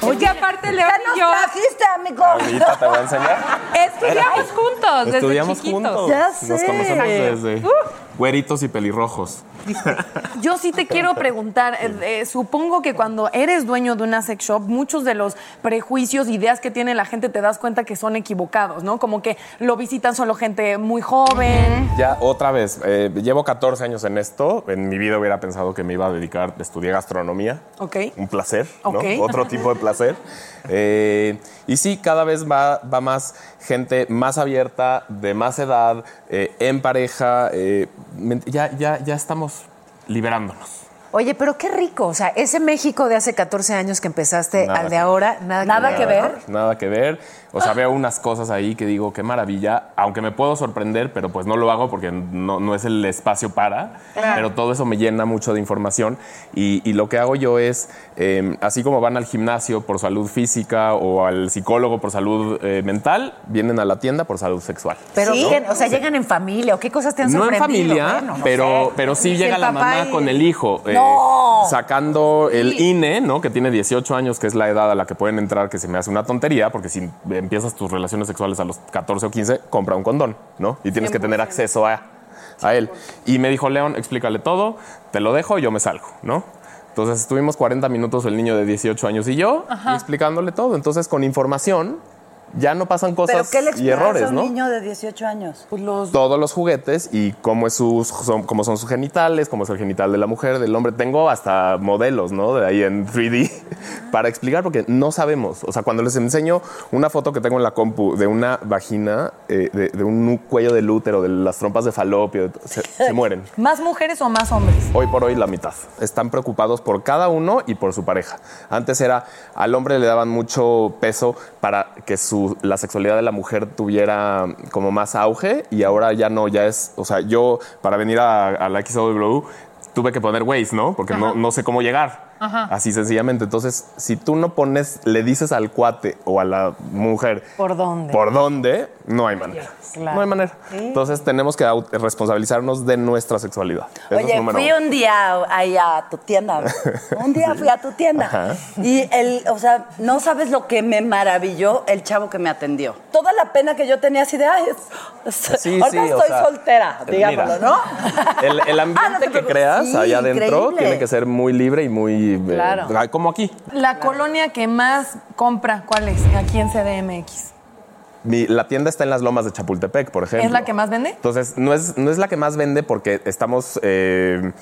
Oye, aparte León y yo trajiste, amigo? Ahorita te voy a enseñar. estudiamos juntos desde Estudiamos chiquitos. juntos. Nos conocemos desde Uh. güeritos y pelirrojos. Yo sí te quiero preguntar, eh, eh, supongo que cuando eres dueño de una sex shop, muchos de los prejuicios, ideas que tiene la gente, te das cuenta que son equivocados, ¿no? Como que lo visitan solo gente muy joven. Ya otra vez, eh, llevo 14 años en esto. En mi vida hubiera pensado que me iba a dedicar, estudié gastronomía. Ok. Un placer, ¿no? Ok. Otro tipo de placer. Eh, y sí, cada vez va, va más gente más abierta, de más edad, eh, en pareja, eh, men- ya, ya, ya estamos liberándonos. Oye, pero qué rico. O sea, ese México de hace 14 años que empezaste Nada al que de ahora, nada, Nada que ver. O sea, veo unas cosas ahí que digo, qué maravilla, aunque me puedo sorprender, pero pues no lo hago porque no, no es el espacio para, Claro. pero todo eso me llena mucho de información y, y lo que hago yo es, eh, así como van al gimnasio por salud física o al psicólogo por salud eh, mental, vienen a la tienda por salud sexual. Pero, ¿no? ¿quién? o sea, llegan en familia o qué cosas te han No en sorprendido. familia, Bueno, no pero, sé. pero sí El llega la papá mamá y- con el hijo, eh, ¡No! sacando el INE, ¿no? Que tiene 18 años, que es la edad a la que pueden entrar, que se me hace una tontería, porque si empiezas tus relaciones sexuales a los 14 o 15, compra un condón, ¿no? Y tienes que tener acceso a, a él. Y me dijo, León, explícale todo, te lo dejo, yo me salgo, ¿no? Entonces estuvimos 40 minutos el niño de 18 años y yo Ajá. y explicándole todo. Entonces con información ya no pasan cosas ¿Pero qué le y explicas errores, a un ¿no? niño de 18 años? Pues los... todos los juguetes y cómo, es sus, son, cómo son sus genitales, cómo es el genital de la mujer, del hombre. Tengo hasta modelos, ¿no? De ahí en 3D para explicar porque no sabemos. O sea, cuando les enseño una foto que tengo en la compu de una vagina, eh, de, de un nu- cuello del útero, de las trompas de falopio, de to- se, se mueren. ¿Más mujeres o más hombres? Hoy por hoy la mitad. Están preocupados por cada uno y por su pareja. Antes era al hombre le daban mucho peso para que su, la sexualidad de la mujer tuviera como más auge y ahora ya no, ya es, o sea, yo para venir a, a la XW tuve que poner Waze, ¿no? Porque no, no sé cómo llegar. Ajá. Así sencillamente. Entonces, si tú no pones, le dices al cuate o a la mujer ¿Por dónde? por dónde, no hay manera. No hay manera. Entonces, tenemos que au- responsabilizarnos de nuestra sexualidad. Eso es Oye, número fui uno. un día ahí a tu tienda. Un día fui a tu tienda. Ajá. Y el, o sea, no sabes lo que me maravilló el chavo que me atendió. Toda la pena que yo tenía así de, ay, es- Sí, ahorita sí, o estoy sea, soltera, eh, digámoslo, mira. ¿no? El, el ambiente que creas Sí, allá adentro increíble. tiene que ser muy libre y muy... eh, Claro. como aquí. La colonia que más compra, ¿cuál es? Aquí en CDMX. Mi- la tienda está en las lomas de Chapultepec, por ejemplo. ¿Es la que más vende? Entonces, no es, no es la que más vende porque estamos, eh,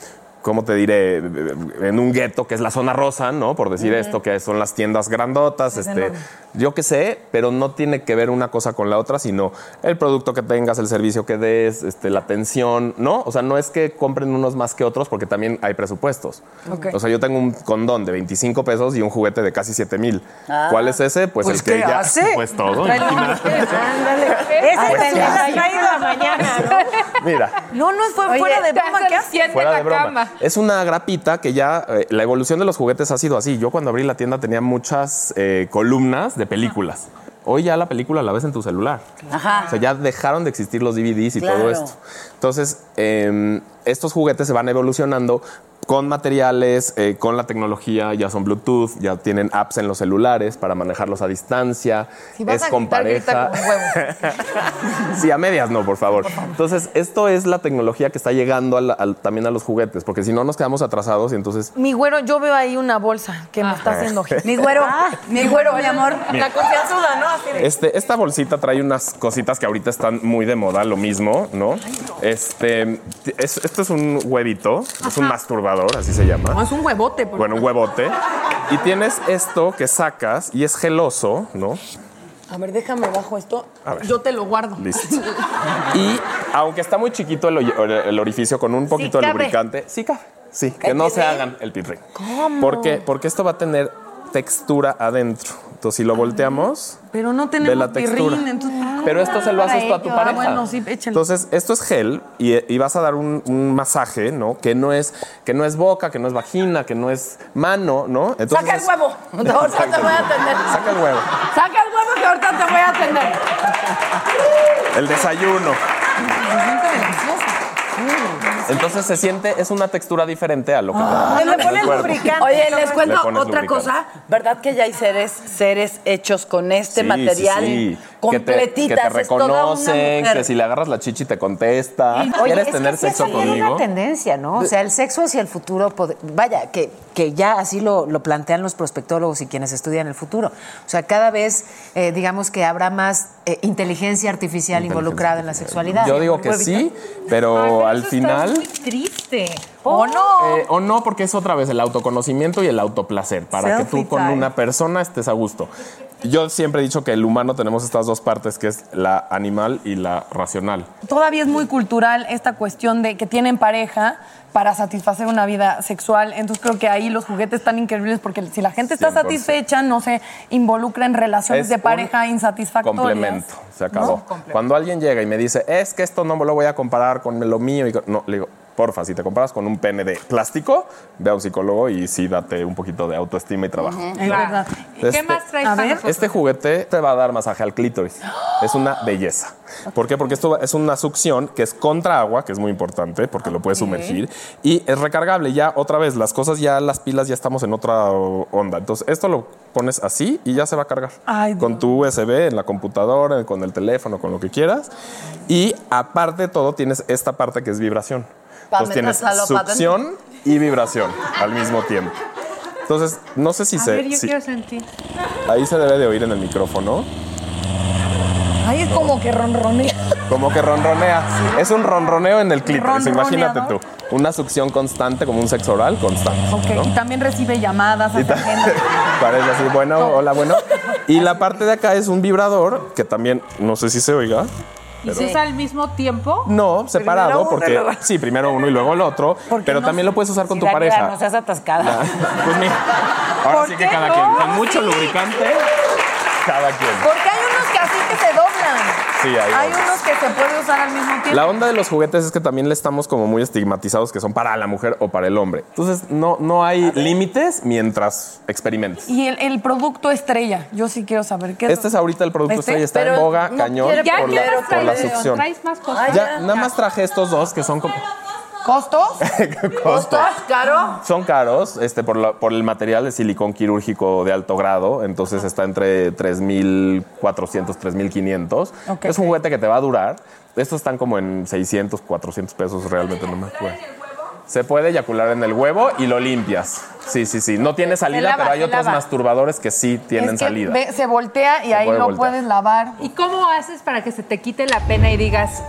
¿cómo te diré? En un gueto que es la zona rosa, ¿no? Por decir Ujú. esto, que son las tiendas grandotas, Es este, enorme. yo qué sé, pero no tiene que ver una cosa con la otra, sino el producto que tengas, el servicio que des, este, la atención, ¿no? O sea, no es que compren unos más que otros porque también hay presupuestos. Ok. O sea, yo tengo un condón de 25 pesos y un juguete de casi 7 mil. Ah. ¿Cuál es ese? Pues, Pues, el que ¿qué ya... hace? Pues todo. Trae la- Ah, Ese Pues, te sí. lo has traído a la mañana, Mira. ¿no? No, no, fue Oye, fuera de te broma. ¿Qué haces? Fuera de broma. Es una grapita que ya eh, la evolución de los juguetes ha sido así. Yo cuando abrí la tienda tenía muchas eh, columnas de películas. Hoy ya la película la ves en tu celular. Ajá. O sea, ya dejaron de existir los DVDs y Claro. todo esto. Entonces, eh, estos juguetes se van evolucionando con materiales, eh, con la tecnología, ya son Bluetooth, ya tienen apps en los celulares para manejarlos a distancia, Si vas es a con gritar, grita pareja. como un huevo. Sí, a medias no, por favor. Entonces, esto es la tecnología que está llegando a la- al- también a los juguetes, porque si no nos quedamos atrasados y entonces... Mi güero, yo veo ahí una bolsa que me Ah. está haciendo Ah. ojete. Mi güero, mi güero, mi amor. Mira. confianzuda, ¿no? Así de- Este, esta bolsita trae unas cositas que ahorita están muy de moda, lo mismo, ¿no? Este, es- esto es un huevito, es un masturbador, así se llama. No, es un huevote. por- Bueno, un huevote. Y tienes esto que sacas y es geloso, ¿no? A ver, déjame bajo esto. A ver. Yo te lo guardo. Listo. Y aunque está muy chiquito el, oy- el orificio con un poquito de cabe. lubricante, sí cabe. Sí, que no se hagan el pit ring. ¿Cómo? ¿Por qué? Porque esto va a tener textura adentro. Entonces, si lo volteamos, Pero no Ve tenemos la textura. birrín, entonces, ¿cómo Pero esto se lo para haces tú a tu ello? Ah, pareja. bueno, sí, échale. Entonces, esto es gel y, y vas a dar un, un masaje, ¿no? Que no es que no es boca, que no es vagina, que no es mano, ¿no? Entonces Saca el es- huevo. No, ahorita te voy a atender. Saca el huevo. Saca el huevo que ahorita te voy a atender. El desayuno. Mm, Entonces se siente, es una textura diferente a lo que Ah, te le pones el cuerpo. lubricante. Oye, les Le cuento pones otra lubricante. cosa. ¿Verdad que ya hay seres, seres hechos con este Sí, sí, material sí. Que te, que completitas? te es toda una reconocen, mujer. que si le agarras la chichi te contesta. Y- Ah, ¿Quieres es que tener sí, sexo eso Es una conmigo? tendencia, ¿no? O sea, el sexo hacia el futuro, pod- vaya, que, que ya así lo, lo plantean los prospectólogos y quienes estudian el futuro. O sea, cada vez, eh, digamos que habrá más eh, inteligencia artificial involucrada en la sexualidad. ¿eh? Yo digo que sí, pero al final. triste. ¿O no? Eh, o no, porque es otra vez el autoconocimiento y el autoplacer, para que tú Selfie con time. una persona estés a gusto. Yo siempre he dicho que el humano tenemos estas dos partes, que es la animal y la racional. Todavía es muy cultural esta cuestión de que tienen pareja para satisfacer una vida sexual. Entonces creo que ahí los juguetes están increíbles porque si la gente está 100%. satisfecha, no se involucra en relaciones Es de un pareja insatisfactorias. Complemento, se acabó. No, complemento. Cuando alguien llega y me dice, es que esto no me lo voy a comparar con lo mío, y con-". no, le digo, porfa, si te comparas con un pene de plástico, ve a un psicólogo y sí date un poquito de autoestima y trabajo. Es verdad. ¿Qué Este- más traes para nosotros? Este juguete te va a dar masaje al clítoris. Es una belleza. ¿Por qué? Porque esto va- es una succión que es contra agua, que es muy importante porque lo puedes Ok. sumergir y es recargable. Ya otra vez, las cosas ya, las pilas ya estamos en otra o- onda. Entonces, esto lo pones así y ya se va a cargar. Ay, con tu USB, en la computadora, con el teléfono, con lo que quieras. Y aparte de todo, tienes esta parte que es vibración. Pa' Entonces tienes metérselo pa' dentro. succión y vibración al mismo tiempo. Entonces, no sé si a se... ver, yo si- quiero sentir. Ahí se debe de oír en el micrófono. Ay, es como que ronronea. Como que ronronea. Es un ronroneo en el clítoris, Ronroneado. imagínate tú. Una succión constante, como un sexo oral constante. Ok, ¿no? y también recibe llamadas. hace agenda. Parece así, bueno, hola, bueno. Y la parte de acá es un vibrador, que también, no sé si se oiga. ¿Y pero- se usa al mismo tiempo? No, separado, uno, porque luego- sí, primero uno y luego el otro, pero también lo puedes usar con tu Daniela, pareja. no seas atascada. Pues mira, ahora sí que cada quien, con mucho lubricante, cada quien. Porque hay unos que así que se doblan. Sí, ahí Hay vamos. unos que se puede usar al mismo tiempo. La onda de los juguetes es que también le estamos como muy estigmatizados que son para la mujer o para el hombre. Entonces, no, no hay límites mientras experimentes. Y el, el producto estrella, yo sí quiero saber qué Este es ahorita el producto Este, estrella, está en pero boga, no cañón, quiere por, la, perder por la otra idea. succión. Traes más cosas. Ya, nada más traje estos dos que son como... ¿Costos? costos. ¿Caro? Son caros, este, por, la- por el material de silicón quirúrgico de alto grado, entonces está entre 3,400, 3,500. Ok. Es un juguete que te va a durar. Estos están como en 600, 400 pesos realmente, no me acuerdo. Se puede eyacular en el huevo y lo limpias. Sí, sí, sí. No tiene salida, lava, pero hay se otros lava. masturbadores que sí tienen Es que salida. ve- se voltea y Se ahí puede lo voltear. puedes lavar. ¿Y cómo haces para que se te quite la pena y digas,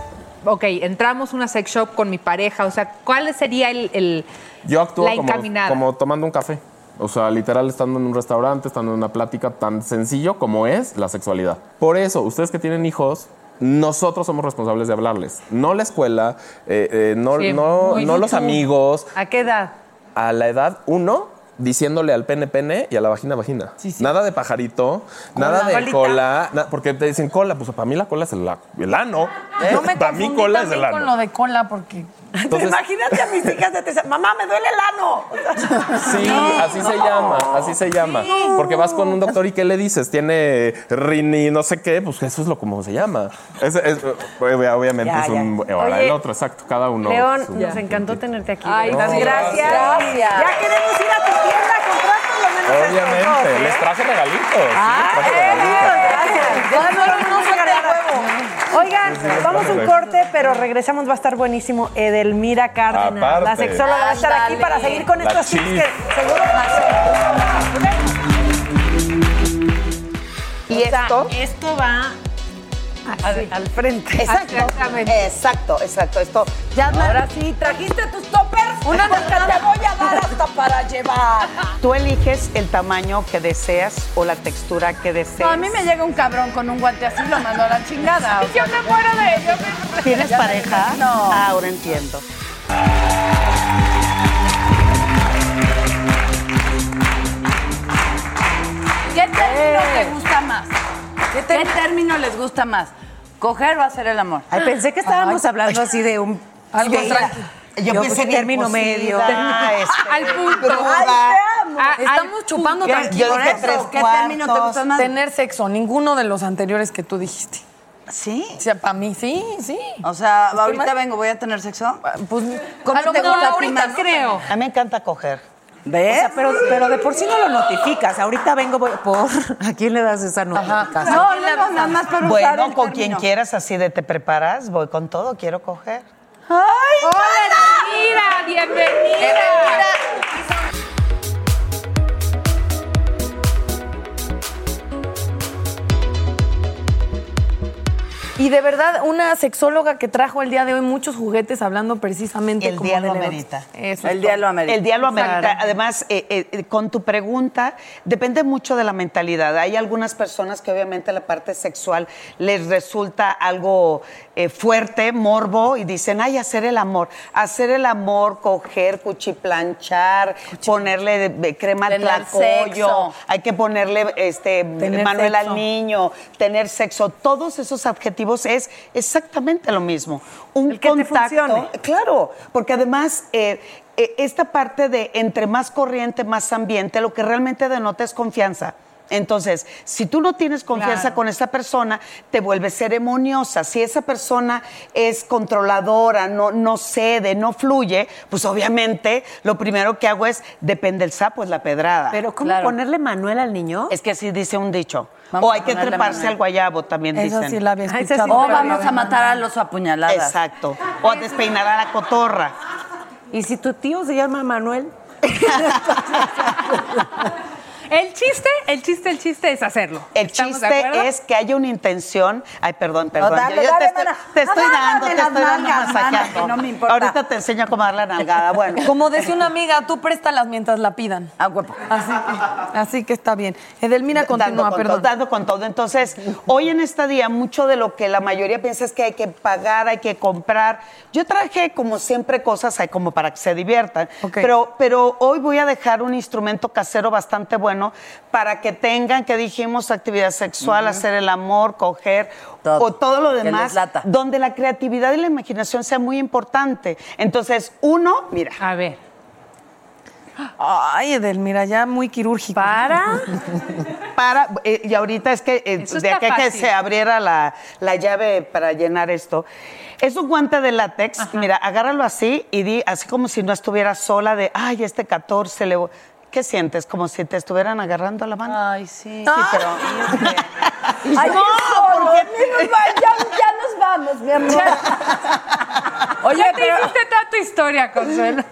ok, entramos a una sex shop con mi pareja? O sea, ¿cuál sería el. el- Yo actúo La como, encaminada. como tomando un café. O sea, literal, estando en un restaurante, estando en una plática tan sencillo como es la sexualidad. Por eso, ustedes que tienen hijos, nosotros somos responsables de hablarles. No la escuela, eh, eh, no, Sí, no- muy no los tú. amigos. ¿A qué edad? A la edad uno, diciéndole al pene pene y a la vagina vagina. Nada de pajarito, nada de Colita. cola. na- porque te dicen cola, pues para mí la cola es el, el ano. No me para eh, mí confundí cola es también el ano. con lo de cola porque... Entonces- Imagínate a mis hijas de mamá, me duele el ano. Sí, así se llama, así se llama. Porque vas con un doctor y ¿qué le dices? Tiene rini, no sé qué, pues eso es lo como se llama. Es- es- obvia- obviamente Ya, es un... ya. Ahora el Oye, otro, exacto, cada uno. León, su- nos encantó tenerte aquí. Ay, No, gracias. gracias. Gracias. Ya queremos ir a tu tienda a comprar por lo menos estos dos, Obviamente, ¿eh? les traje regalitos. sí, les Ah, traje eh, regalitos. gracias. Ya no lo vamos a regalar. Oigan, Sí, sí, les vamos a traje un regalitos. corte, pero regresamos. Va a estar buenísimo Edelmira Cárdenas, Aparte. la sexóloga, va a estar aquí Ándale. para seguir con La estos tips chief. que seguro Y esto. Esto va al, frente. Exacto. Exacto, exacto. Esto. Ya Ahora sí, trajiste tus toppers. Una porque te voy a dar hasta para llevar. Tú eliges el tamaño que deseas o la textura que deseas. No, a mí me llega un cabrón con un guante así, lo mando a la chingada. Yo me muero de- yo me- ¿Tienes Ya pareja? me- no. Ahora entiendo. ¿Qué término Eh. te gusta más? ¿Qué, término les gusta más? ¿Coger o hacer el amor? Ay, pensé que estábamos hablando así de un... Algo tranqui. Yo, pensé pues, en término medio. Ah, este, Al punto. Estamos chupando tranquilo. Yo dije tres ¿Qué término te gusta más? Tener sexo, ninguno de los anteriores que tú dijiste. ¿Sí? O sea, para mí sí, sí. Pues, O sea, Estoy ahorita mal. vengo, ¿voy a tener sexo? Pues, ¿Cómo a lo te mejor gusta a ti ahorita más? creo. A mí me encanta coger. ¿Ves? O sea, pero, pero de por sí no lo notificas. Ahorita vengo voy- por. ¿A quién le das esa notificación? No, no, no, nada más para usar Bueno, el con término. quien quieras, así de te preparas, voy con todo, quiero coger. ¡Ay, Hola, bienvenida, bienvenida. Y de verdad, una sexóloga que trajo el día de hoy muchos juguetes hablando precisamente El como día de lo la- amerita. Eso El es día todo. lo amerita. El día lo amerita. Además, eh, eh, eh, con tu pregunta, depende mucho de la mentalidad. Hay algunas personas que obviamente la parte sexual les resulta algo eh, fuerte, morbo, y dicen, ay, hacer el amor. Hacer el amor, coger, cuchiplanchar, ponerle de- de crema Tener tlacoyo, sexo. hay que ponerle este, Tener Manuel al sexo. niño, tener sexo. Todos esos adjetivos es exactamente lo mismo. Un contacto. Claro, porque además eh, eh, esta parte de entre más corriente, más ambiente, lo que realmente denota es confianza. Entonces, si tú no tienes confianza Claro. con esa persona, te vuelves ceremoniosa. Si esa persona es controladora, no, no cede, no fluye, pues obviamente lo primero que hago es, depende el sapo, es la pedrada. Pero ¿cómo Claro. ponerle Manuel al niño? Es que así dice un dicho. Vamos o a hay que ponerle treparse Manuel. al guayabo, también Esa dicen. sí la había Ah, esa sí escuchado. no la o había vamos a visto. matar a los apuñaladas. Exacto. O a despeinar a la cotorra. ¿Y si tu tío se llama Manuel? El chiste, el chiste, el chiste es hacerlo. El ¿Estamos de acuerdo? chiste es que haya una intención. Ay, perdón, perdón. dale, yo yo dale, te estoy, mana. te estoy Agárrate dando, te las estoy dando nalgas, mana, masajeando. que no me importa. Ahorita te enseño cómo dar la nalgada. Bueno, Como decía una amiga, tú préstalas mientras la pidan. Ah, guapo. Así que, así que está bien. Edelmira dando continúa, con perdón. todo, dando con todo. Entonces, hoy en este día, mucho de lo que la mayoría piensa es que hay que pagar, hay que comprar. Yo traje, como siempre, cosas ahí como para que se diviertan. Pero, pero hoy voy a dejar un instrumento casero bastante bueno para que tengan, que dijimos, actividad sexual, hacer el amor, coger o todo lo Que les demás, lata. donde la creatividad y la imaginación sea muy importante. Entonces, uno, mira. A ver. Ay, Edelmira, ya muy quirúrgico. Para. para, eh, y ahorita es que eh, Eso de está acá que fácil. se abriera la, la llave para llenar esto. Es un guante de látex, mira, agárralo así y di, así como si no estuviera sola de, ay, este 14 le... voy-". ¿Qué sientes? Como si te estuvieran agarrando la mano. Ay, sí. Sí, pero... Ay, no, porque nos va- ya, ya nos vamos, mi amor. Oye, te hiciste toda tu historia, Consuelo.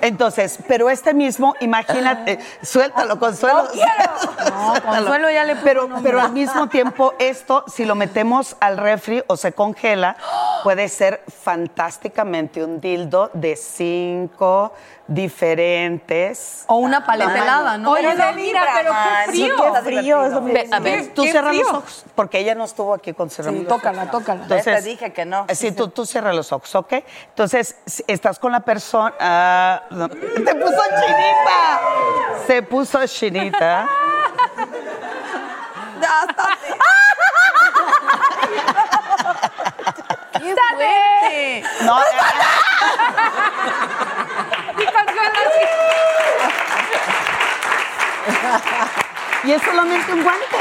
Entonces, pero este mismo, imagínate, suéltalo, Consuelo. No quiero. Consuelo ya le puso Pero, nombre. pero al mismo tiempo, esto, si lo metemos al refri o se congela, puede ser fantásticamente un dildo de cinco diferentes. O una paleta tamaños. helada, ¿no? Oye, Edelmira, pero qué frío. Sí, qué frío, es lo Ve, mismo. a ver, tú qué cierra los frío. ojos, porque ella no estuvo aquí con cerrar Sí, los tócala, ojos. tócala. Ya Entonces, eh, te dije que no. Sí, tú, tú cierra los ojos, ¿ok? Entonces, si estás con la persona... ah, no. ¡Te puso chinita! Se puso chinita. ¡Qué fuerte! No, eh, eh. Y Consuelo así. Y es solamente un guante.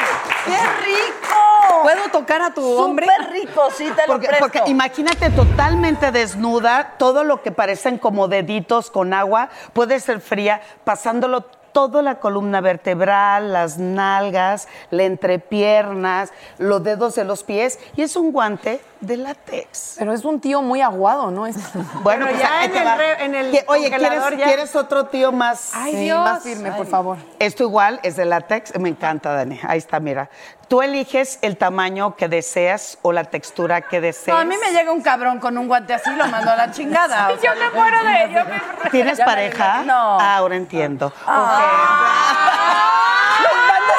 ¡Qué rico! ¿Puedo tocar a tu hombre? Súper rico, sí, te lo Porque, presto. porque imagínate totalmente desnuda, todo lo que parecen como deditos con agua, puede ser fría, pasándolo toda la columna vertebral, las nalgas, la entrepiernas, los dedos de los pies, y es un guante de látex. Pero es un tío muy aguado, ¿no? Es... Bueno, pues ahí te va. Que- Oye, ¿quieres, quieres otro tío más, Ay, sí, Dios. más firme, por Ay. favor? Esto igual es de látex. Me encanta, Dani. Ahí está, mira. Tú eliges el tamaño que deseas o la textura que deseas. No, a mí me llega un cabrón con un guante así, lo mando a la chingada. Sí, yo me muero de- yo me... ¿Tienes pareja? No. Ah, ahora entiendo. ¡Lo mandas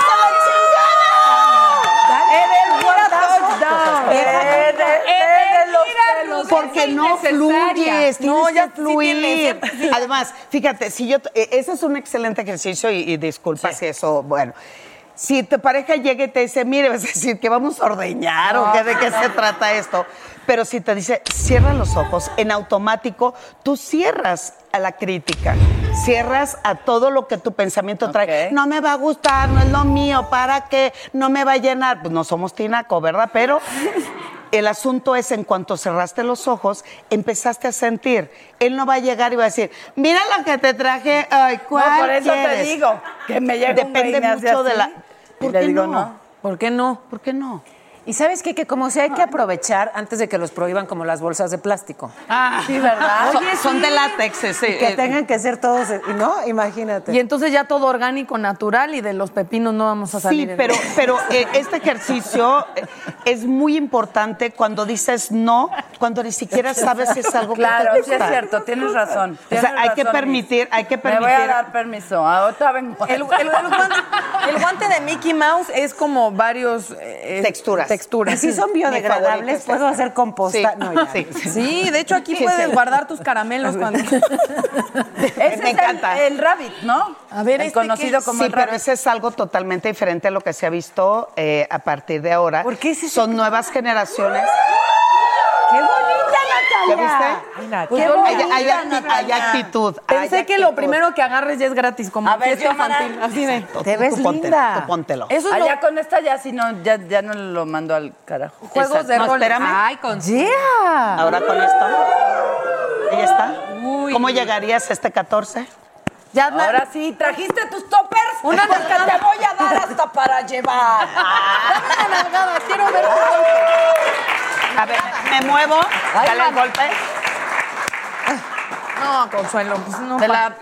a la chingada! ¡Eres touchdown! Porque no fluyes, no, ya em, fluir. tiene- sí. Además, fíjate, si yo, t- eh, ese es un excelente ejercicio y, y disculpa si eso, bueno. Si tu pareja llega y te dice, mire, vas a decir que vamos a ordeñar o No, que de qué no, se no. trata esto. Pero si te dice, cierra los ojos, en automático, tú cierras a la crítica, cierras a todo lo que tu pensamiento trae. No me va a gustar, no es lo mío, ¿para qué? No me va a llenar. Pues no somos tinaco, ¿verdad? Pero el asunto es, en cuanto cerraste los ojos, empezaste a sentir. Él no va a llegar y va a decir, mira lo que te traje, ay, ¿cuál por eso te quieres?". digo, que me llega un güey y Depende me hace mucho de así, la... y le digo, "No". ¿Por qué no? ¿Por qué no? Y sabes qué? que como si hay que aprovechar antes de que los prohíban como las bolsas de plástico. Ah, Sí, ¿verdad? Oye, Son- son sí. de látex, sí. Y que eh, tengan que ser todos, eh, ¿no? Imagínate. Y entonces ya todo orgánico, natural y de los pepinos no vamos a salir. Sí, pero, pero eh, este ejercicio eh, es muy importante cuando dices no, cuando ni siquiera sabes si es algo Claro, que te sí es gusta. cierto, tienes razón. O sea, tienes hay que razón, permitir, hay que Miss. Me permitir. voy a dar permiso. Ahorita vengo. El, el- el guante, el guante de Mickey Mouse es como varios eh, Texturas. texturas. Y si son biodegradables, puedo hacer composta. Sí. No, ya. Sí. de hecho aquí puedes guardar tus caramelos cuando. Me encanta. El, rabbit, ¿no? A ver, El este conocido que- como sí, el pero rabbit. ese es algo totalmente diferente a lo que se ha visto eh, a partir de ahora. ¿Por qué Son nuevas generaciones. ¡Qué bonita, ¿Ya viste? Qué Hay- bonita, hay, hay acti- Natalia. hay actitud. Pensé hay que actitud. lo primero que agarres ya es gratis, como ver, fiesta Xiomara. infantil. Así de. Tú- tú ponte- tú póntelo. Eso es Ah, lo- ya con esta ya si no, ya, ya no lo mando al carajo. Juegos Exacto. de No, rol. espérame. Ay, con Ahora Ah. con este. esto. Ahí está. ¿Cómo llegarías a este 14? Ahora sí, trajiste tus toppers. Una Porque nalgada. te voy a dar hasta para llevar. Dame una nalgada, quiero ver tu golpe. A ver, me muevo. Dale el golpe. No, Consuelo, pues no. De pa- la-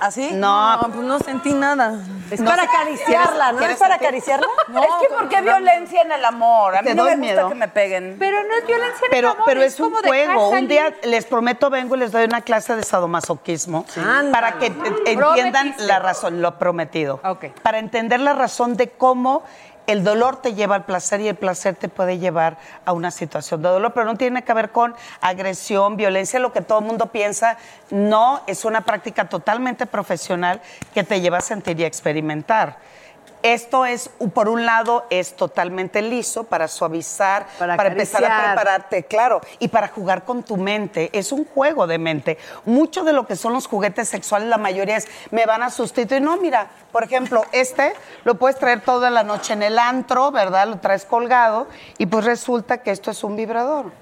¿Así? No. pues no sentí nada. Es para acariciarla, ¿no? ¿Es para acariciarla? No, es que porque violencia en el amor. A mí Te no me doy gusta miedo. que me peguen. Pero no es violencia en el Pero, amor, pero es un como dejar juego. Un salir. día, les prometo, vengo y les doy una clase de sadomasoquismo Ándale. para que te- entiendan Prometiste. la razón, lo prometido. Para entender la razón de cómo el dolor te lleva al placer y el placer te puede llevar a una situación de dolor, pero no tiene que ver con agresión, violencia, lo que todo el mundo piensa. No, es una práctica totalmente profesional que te lleva a sentir y a experimentar. Esto es, por un lado, es totalmente liso para suavizar, para, empezar a acariciar. prepararte, claro, y para jugar con tu mente. Es un juego de mente. Mucho de lo que son los juguetes sexuales, la mayoría es, me van a sustituir. No, mira, por ejemplo, este lo puedes traer toda la noche en el antro, ¿verdad? Lo traes colgado y pues resulta que esto es un vibrador.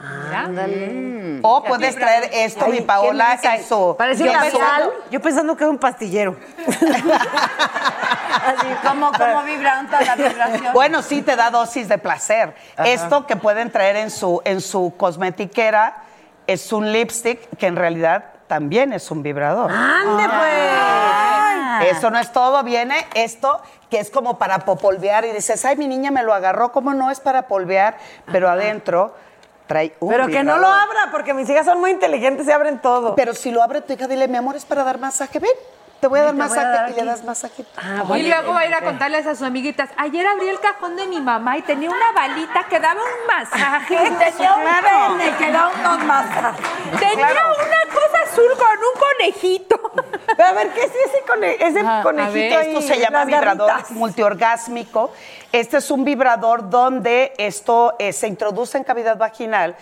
Oh, Mm. O puedes traer esto, Ay, mi ¿qué Paola, más hay? eso. Parece un Yo pensando- labial. Yo pensando que era un pastillero. Así, ¿cómo, cómo vibranta la vibración? Bueno, sí te da dosis de placer. Ajá. Esto que pueden traer en su, en su cosmetiquera es un lipstick que en realidad también es un vibrador. ¡Ande, Ah. pues! Eso no es todo, viene esto que es como para popolvear y dices, ay, mi niña me lo agarró, ¿cómo no es para polvear? Pero adentro trae un Pero que no vibrador. lo abra, porque mis hijas son muy inteligentes y abren todo. Pero si lo abre tu hija, dile, mi amor, es para dar masaje, ven, te voy a dar voy a masaje dar y le aquí. das masajito. y Ah, luego va a ir a contarles a sus amiguitas, ayer abrí el cajón de mi mamá y tenía una balita que daba un masaje. Tenía un Claro. pene que daba unos masajes. Tenía Claro. una cosa azul con un conejito. Pero a ver, ¿qué es ese, cone- e, ese conejito ahí? Esto se llama Las vibrador garritas. multiorgásmico. Este es un vibrador donde esto eh, se introduce en cavidad vaginal.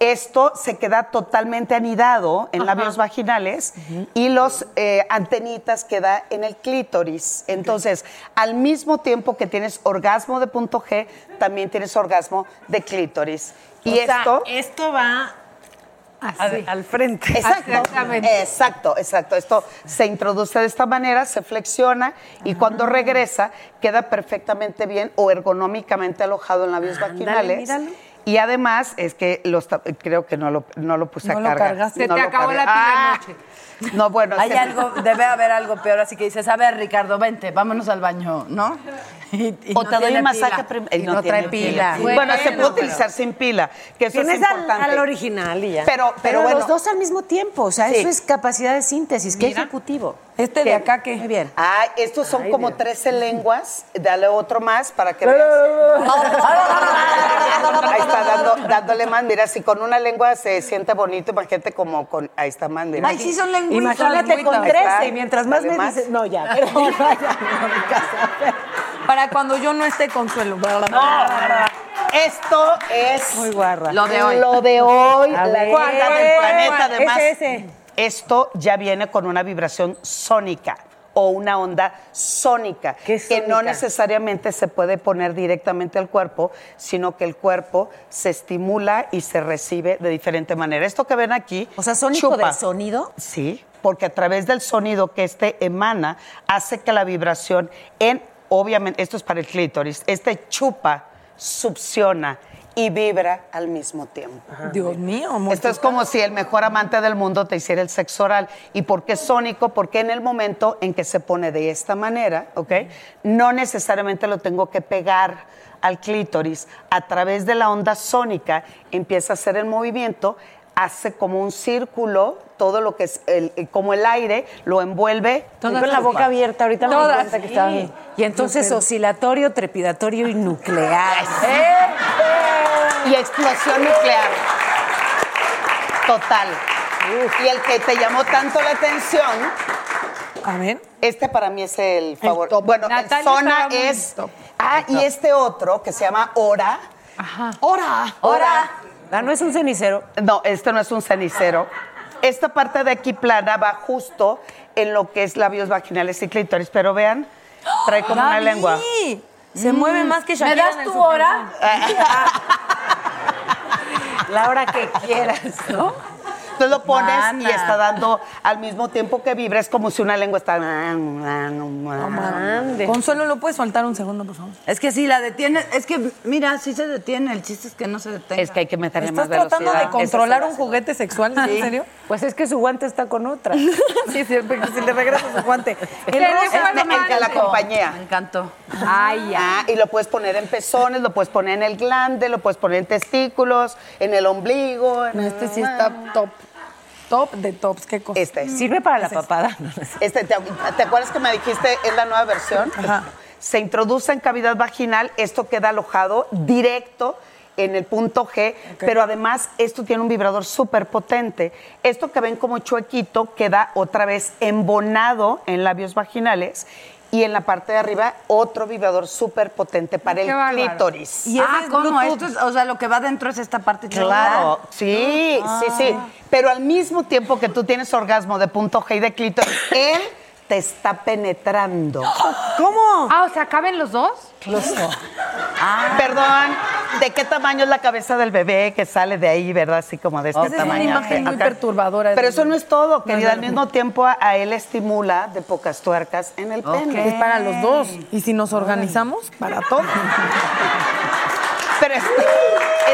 Esto se queda totalmente anidado en labios vaginales y los eh, antenitas queda en el clítoris. Entonces, al mismo tiempo que tienes orgasmo de punto G, también tienes orgasmo de clítoris. Y O sea, esto esto va al, al frente. Exacto, exacto, exacto. Esto se introduce de esta manera, se flexiona y cuando Ah. regresa queda perfectamente bien o ergonómicamente alojado en labios vaginales. míralo. Y además es que los ta- creo que no lo, no lo puse No a lo cargar. cargaste. No Se te lo acabó cargué. la pila Ah, No, bueno. Hay se- algo, debe haber algo peor, así que dices, a ver, Ricardo, vente, vámonos al baño, ¿no? o te doy tiene un masaje pila. prim- Y eh, no trae tiene pila. Bueno, Bueno, se puede pero- utilizar sin pila, que eso es Tienes al, importante. al original y ya. Pero, pero, bueno, los dos al mismo tiempo. O sea, Sí. eso es capacidad de síntesis. ¿Qué ejecutivo? Este de acá, ¿qué? Muy bien. Ah, estos son Ay, como Dios. 13 lenguas. Dale otro más para que veas. Ahí está dando- dándole más. Mira, si con una lengua se siente bonito, imagínate como con. Ahí está más. Mira. Ay, sí son lengüitas. Imagínate con 13 y mientras más me dices- no, ya, perdón, Para cuando yo no esté consuelo. Esto es Muy guarra. Lo de hoy. Lo de hoy, A la ver. cuarta ¿Cuál? del planeta. ¿Cuál? Además, Ese, ese. esto ya viene con una vibración sónica o una onda sónica, que no necesariamente se puede poner directamente al cuerpo, sino que el cuerpo se estimula y se recibe de diferente manera. Esto que ven aquí, O sea, sónico chupa. de sonido. Sí, porque a través del sonido que este emana hace que la vibración en, obviamente, esto es para el clítoris, este chupa succiona y vibra al mismo tiempo. Dios mío. Esto es como si el mejor amante del mundo te hiciera el sexo oral. ¿Y por qué sónico? Porque en el momento en que se pone de esta manera, ¿ok? No necesariamente lo tengo que pegar al clítoris. A través de la onda sónica empieza a hacer el movimiento, hace como un círculo, todo lo que es el- el- como el aire, lo envuelve. Todas con la boca abierta, ahorita me di cuenta que estaba- Y entonces oscilatorio, trepidatorio y nuclear. Este. Y explosión nuclear. Total. Y el que te llamó tanto la atención. A ver. Este para mí es el favorito. Bueno, Natalia el zona estaba muy es. Ah, y este otro que se llama Hora. Ajá. Hora. Hora. Ah, no es un cenicero. No, este no es un cenicero. Esta parte de aquí plana va justo en lo que es labios vaginales y clítoris, pero vean, trae como una Gaby, lengua. Se Mm. mueve más que Shakira. ¿Me das en el tu Super Bowl. hora? la hora que quieras, ¿no? Tú lo pones y Mana. está dando al mismo tiempo que vibra, es como si una lengua está. Consuelo, ¿lo puedes soltar un segundo, por favor? Es que si la detienes, es que mira, sí se detiene, el chiste es que no se detenga. Es que hay que meterle ¿Estás más tratando de velocidad. Eso sí controlar lo un hace. juguete sexual? ¿en ¿En serio? serio? Pues es que su guante está con otra. sí, sí, porque si le regresas su guante. El rosa Este, el que la compañía. Me encantó. Ay, ya. Ah, Y lo puedes poner en pezones, lo puedes poner en el glande, lo puedes poner en testículos, en el ombligo. este sí está top. Top de tops, qué cosa. Este. ¿Sirve para la papada? Este, ¿te, te acuerdas que me dijiste en la nueva versión? Se introduce en cavidad vaginal, esto queda alojado directo en el punto G, pero además esto tiene un vibrador súper potente. Esto que ven como chuequito queda otra vez embonado en labios vaginales y en la parte de arriba otro vibrador súper potente para el Qué bárbaro. clítoris. Y ah, ¿cómo? Esto es- o sea, lo que va adentro es esta parte Claro, chula. sí, Ah. sí, sí. Pero al mismo tiempo que tú tienes orgasmo de punto G y de clítoris, él te está penetrando. ¿Cómo? Ah, o sea, ¿caben los dos? Los dos. Ah. Perdón, ¿de qué tamaño es la cabeza del bebé que sale de ahí, verdad? Así como de este Esa es una tamaño. imagen muy perturbadora. Pero eso no es todo, querida. no. al mismo tiempo a, a él estimula de pocas tuercas en el pene. Es para los dos. Y si nos organizamos, para todos. Pero esto,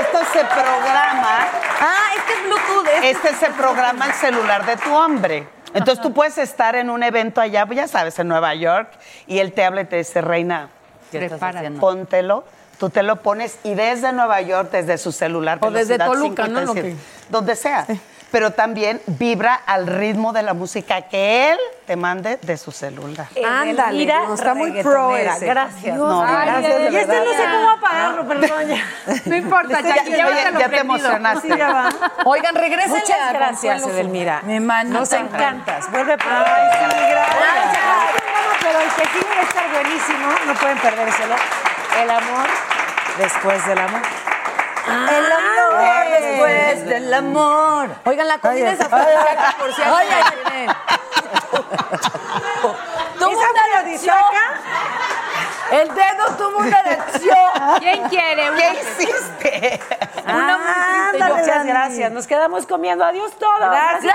esto se programa. Ah, este es Bluetooth. Este, se programa el celular de tu hombre. Entonces tú puedes estar en un evento allá, ya sabes, en Nueva York, y él te habla y te dice, Reina, ¿Qué estás prepárate, haciendo? póntelo. Tú te lo pones y desde Nueva York, desde su celular, O desde velocidad Toluca, 50, ¿no? Lo que- donde sea. Pero también vibra al ritmo de la música que él te mande de su celular. Ándale, no, está muy pro ese. Gracias. No, gracias, de Y este no sé verdad. cómo apagarlo, perdón. ya. No importa, Este, Jackie, ya- ya llévatelo te prendido. emocionaste. Sí, ya va. Oigan, regrésenle Muchas a gracias, Consuelo. Edelmira. Mi mano Nos tan encantas. Vuelve pronto. Bueno, pero el que sigue va a estar buenísimo. No pueden perdérselo. El amor después del amor. el amor después del amor. Oigan, la comida es hasta Oye. acá, por si alguien Oye. la tiene. Esa afrodisíaca, El dedo tuvo una erección. ¿Quién quiere? ¿Qué hiciste? Una muy triste. Ándale, Muchas Dani. gracias. Nos quedamos comiendo. Adiós todos. Gracias.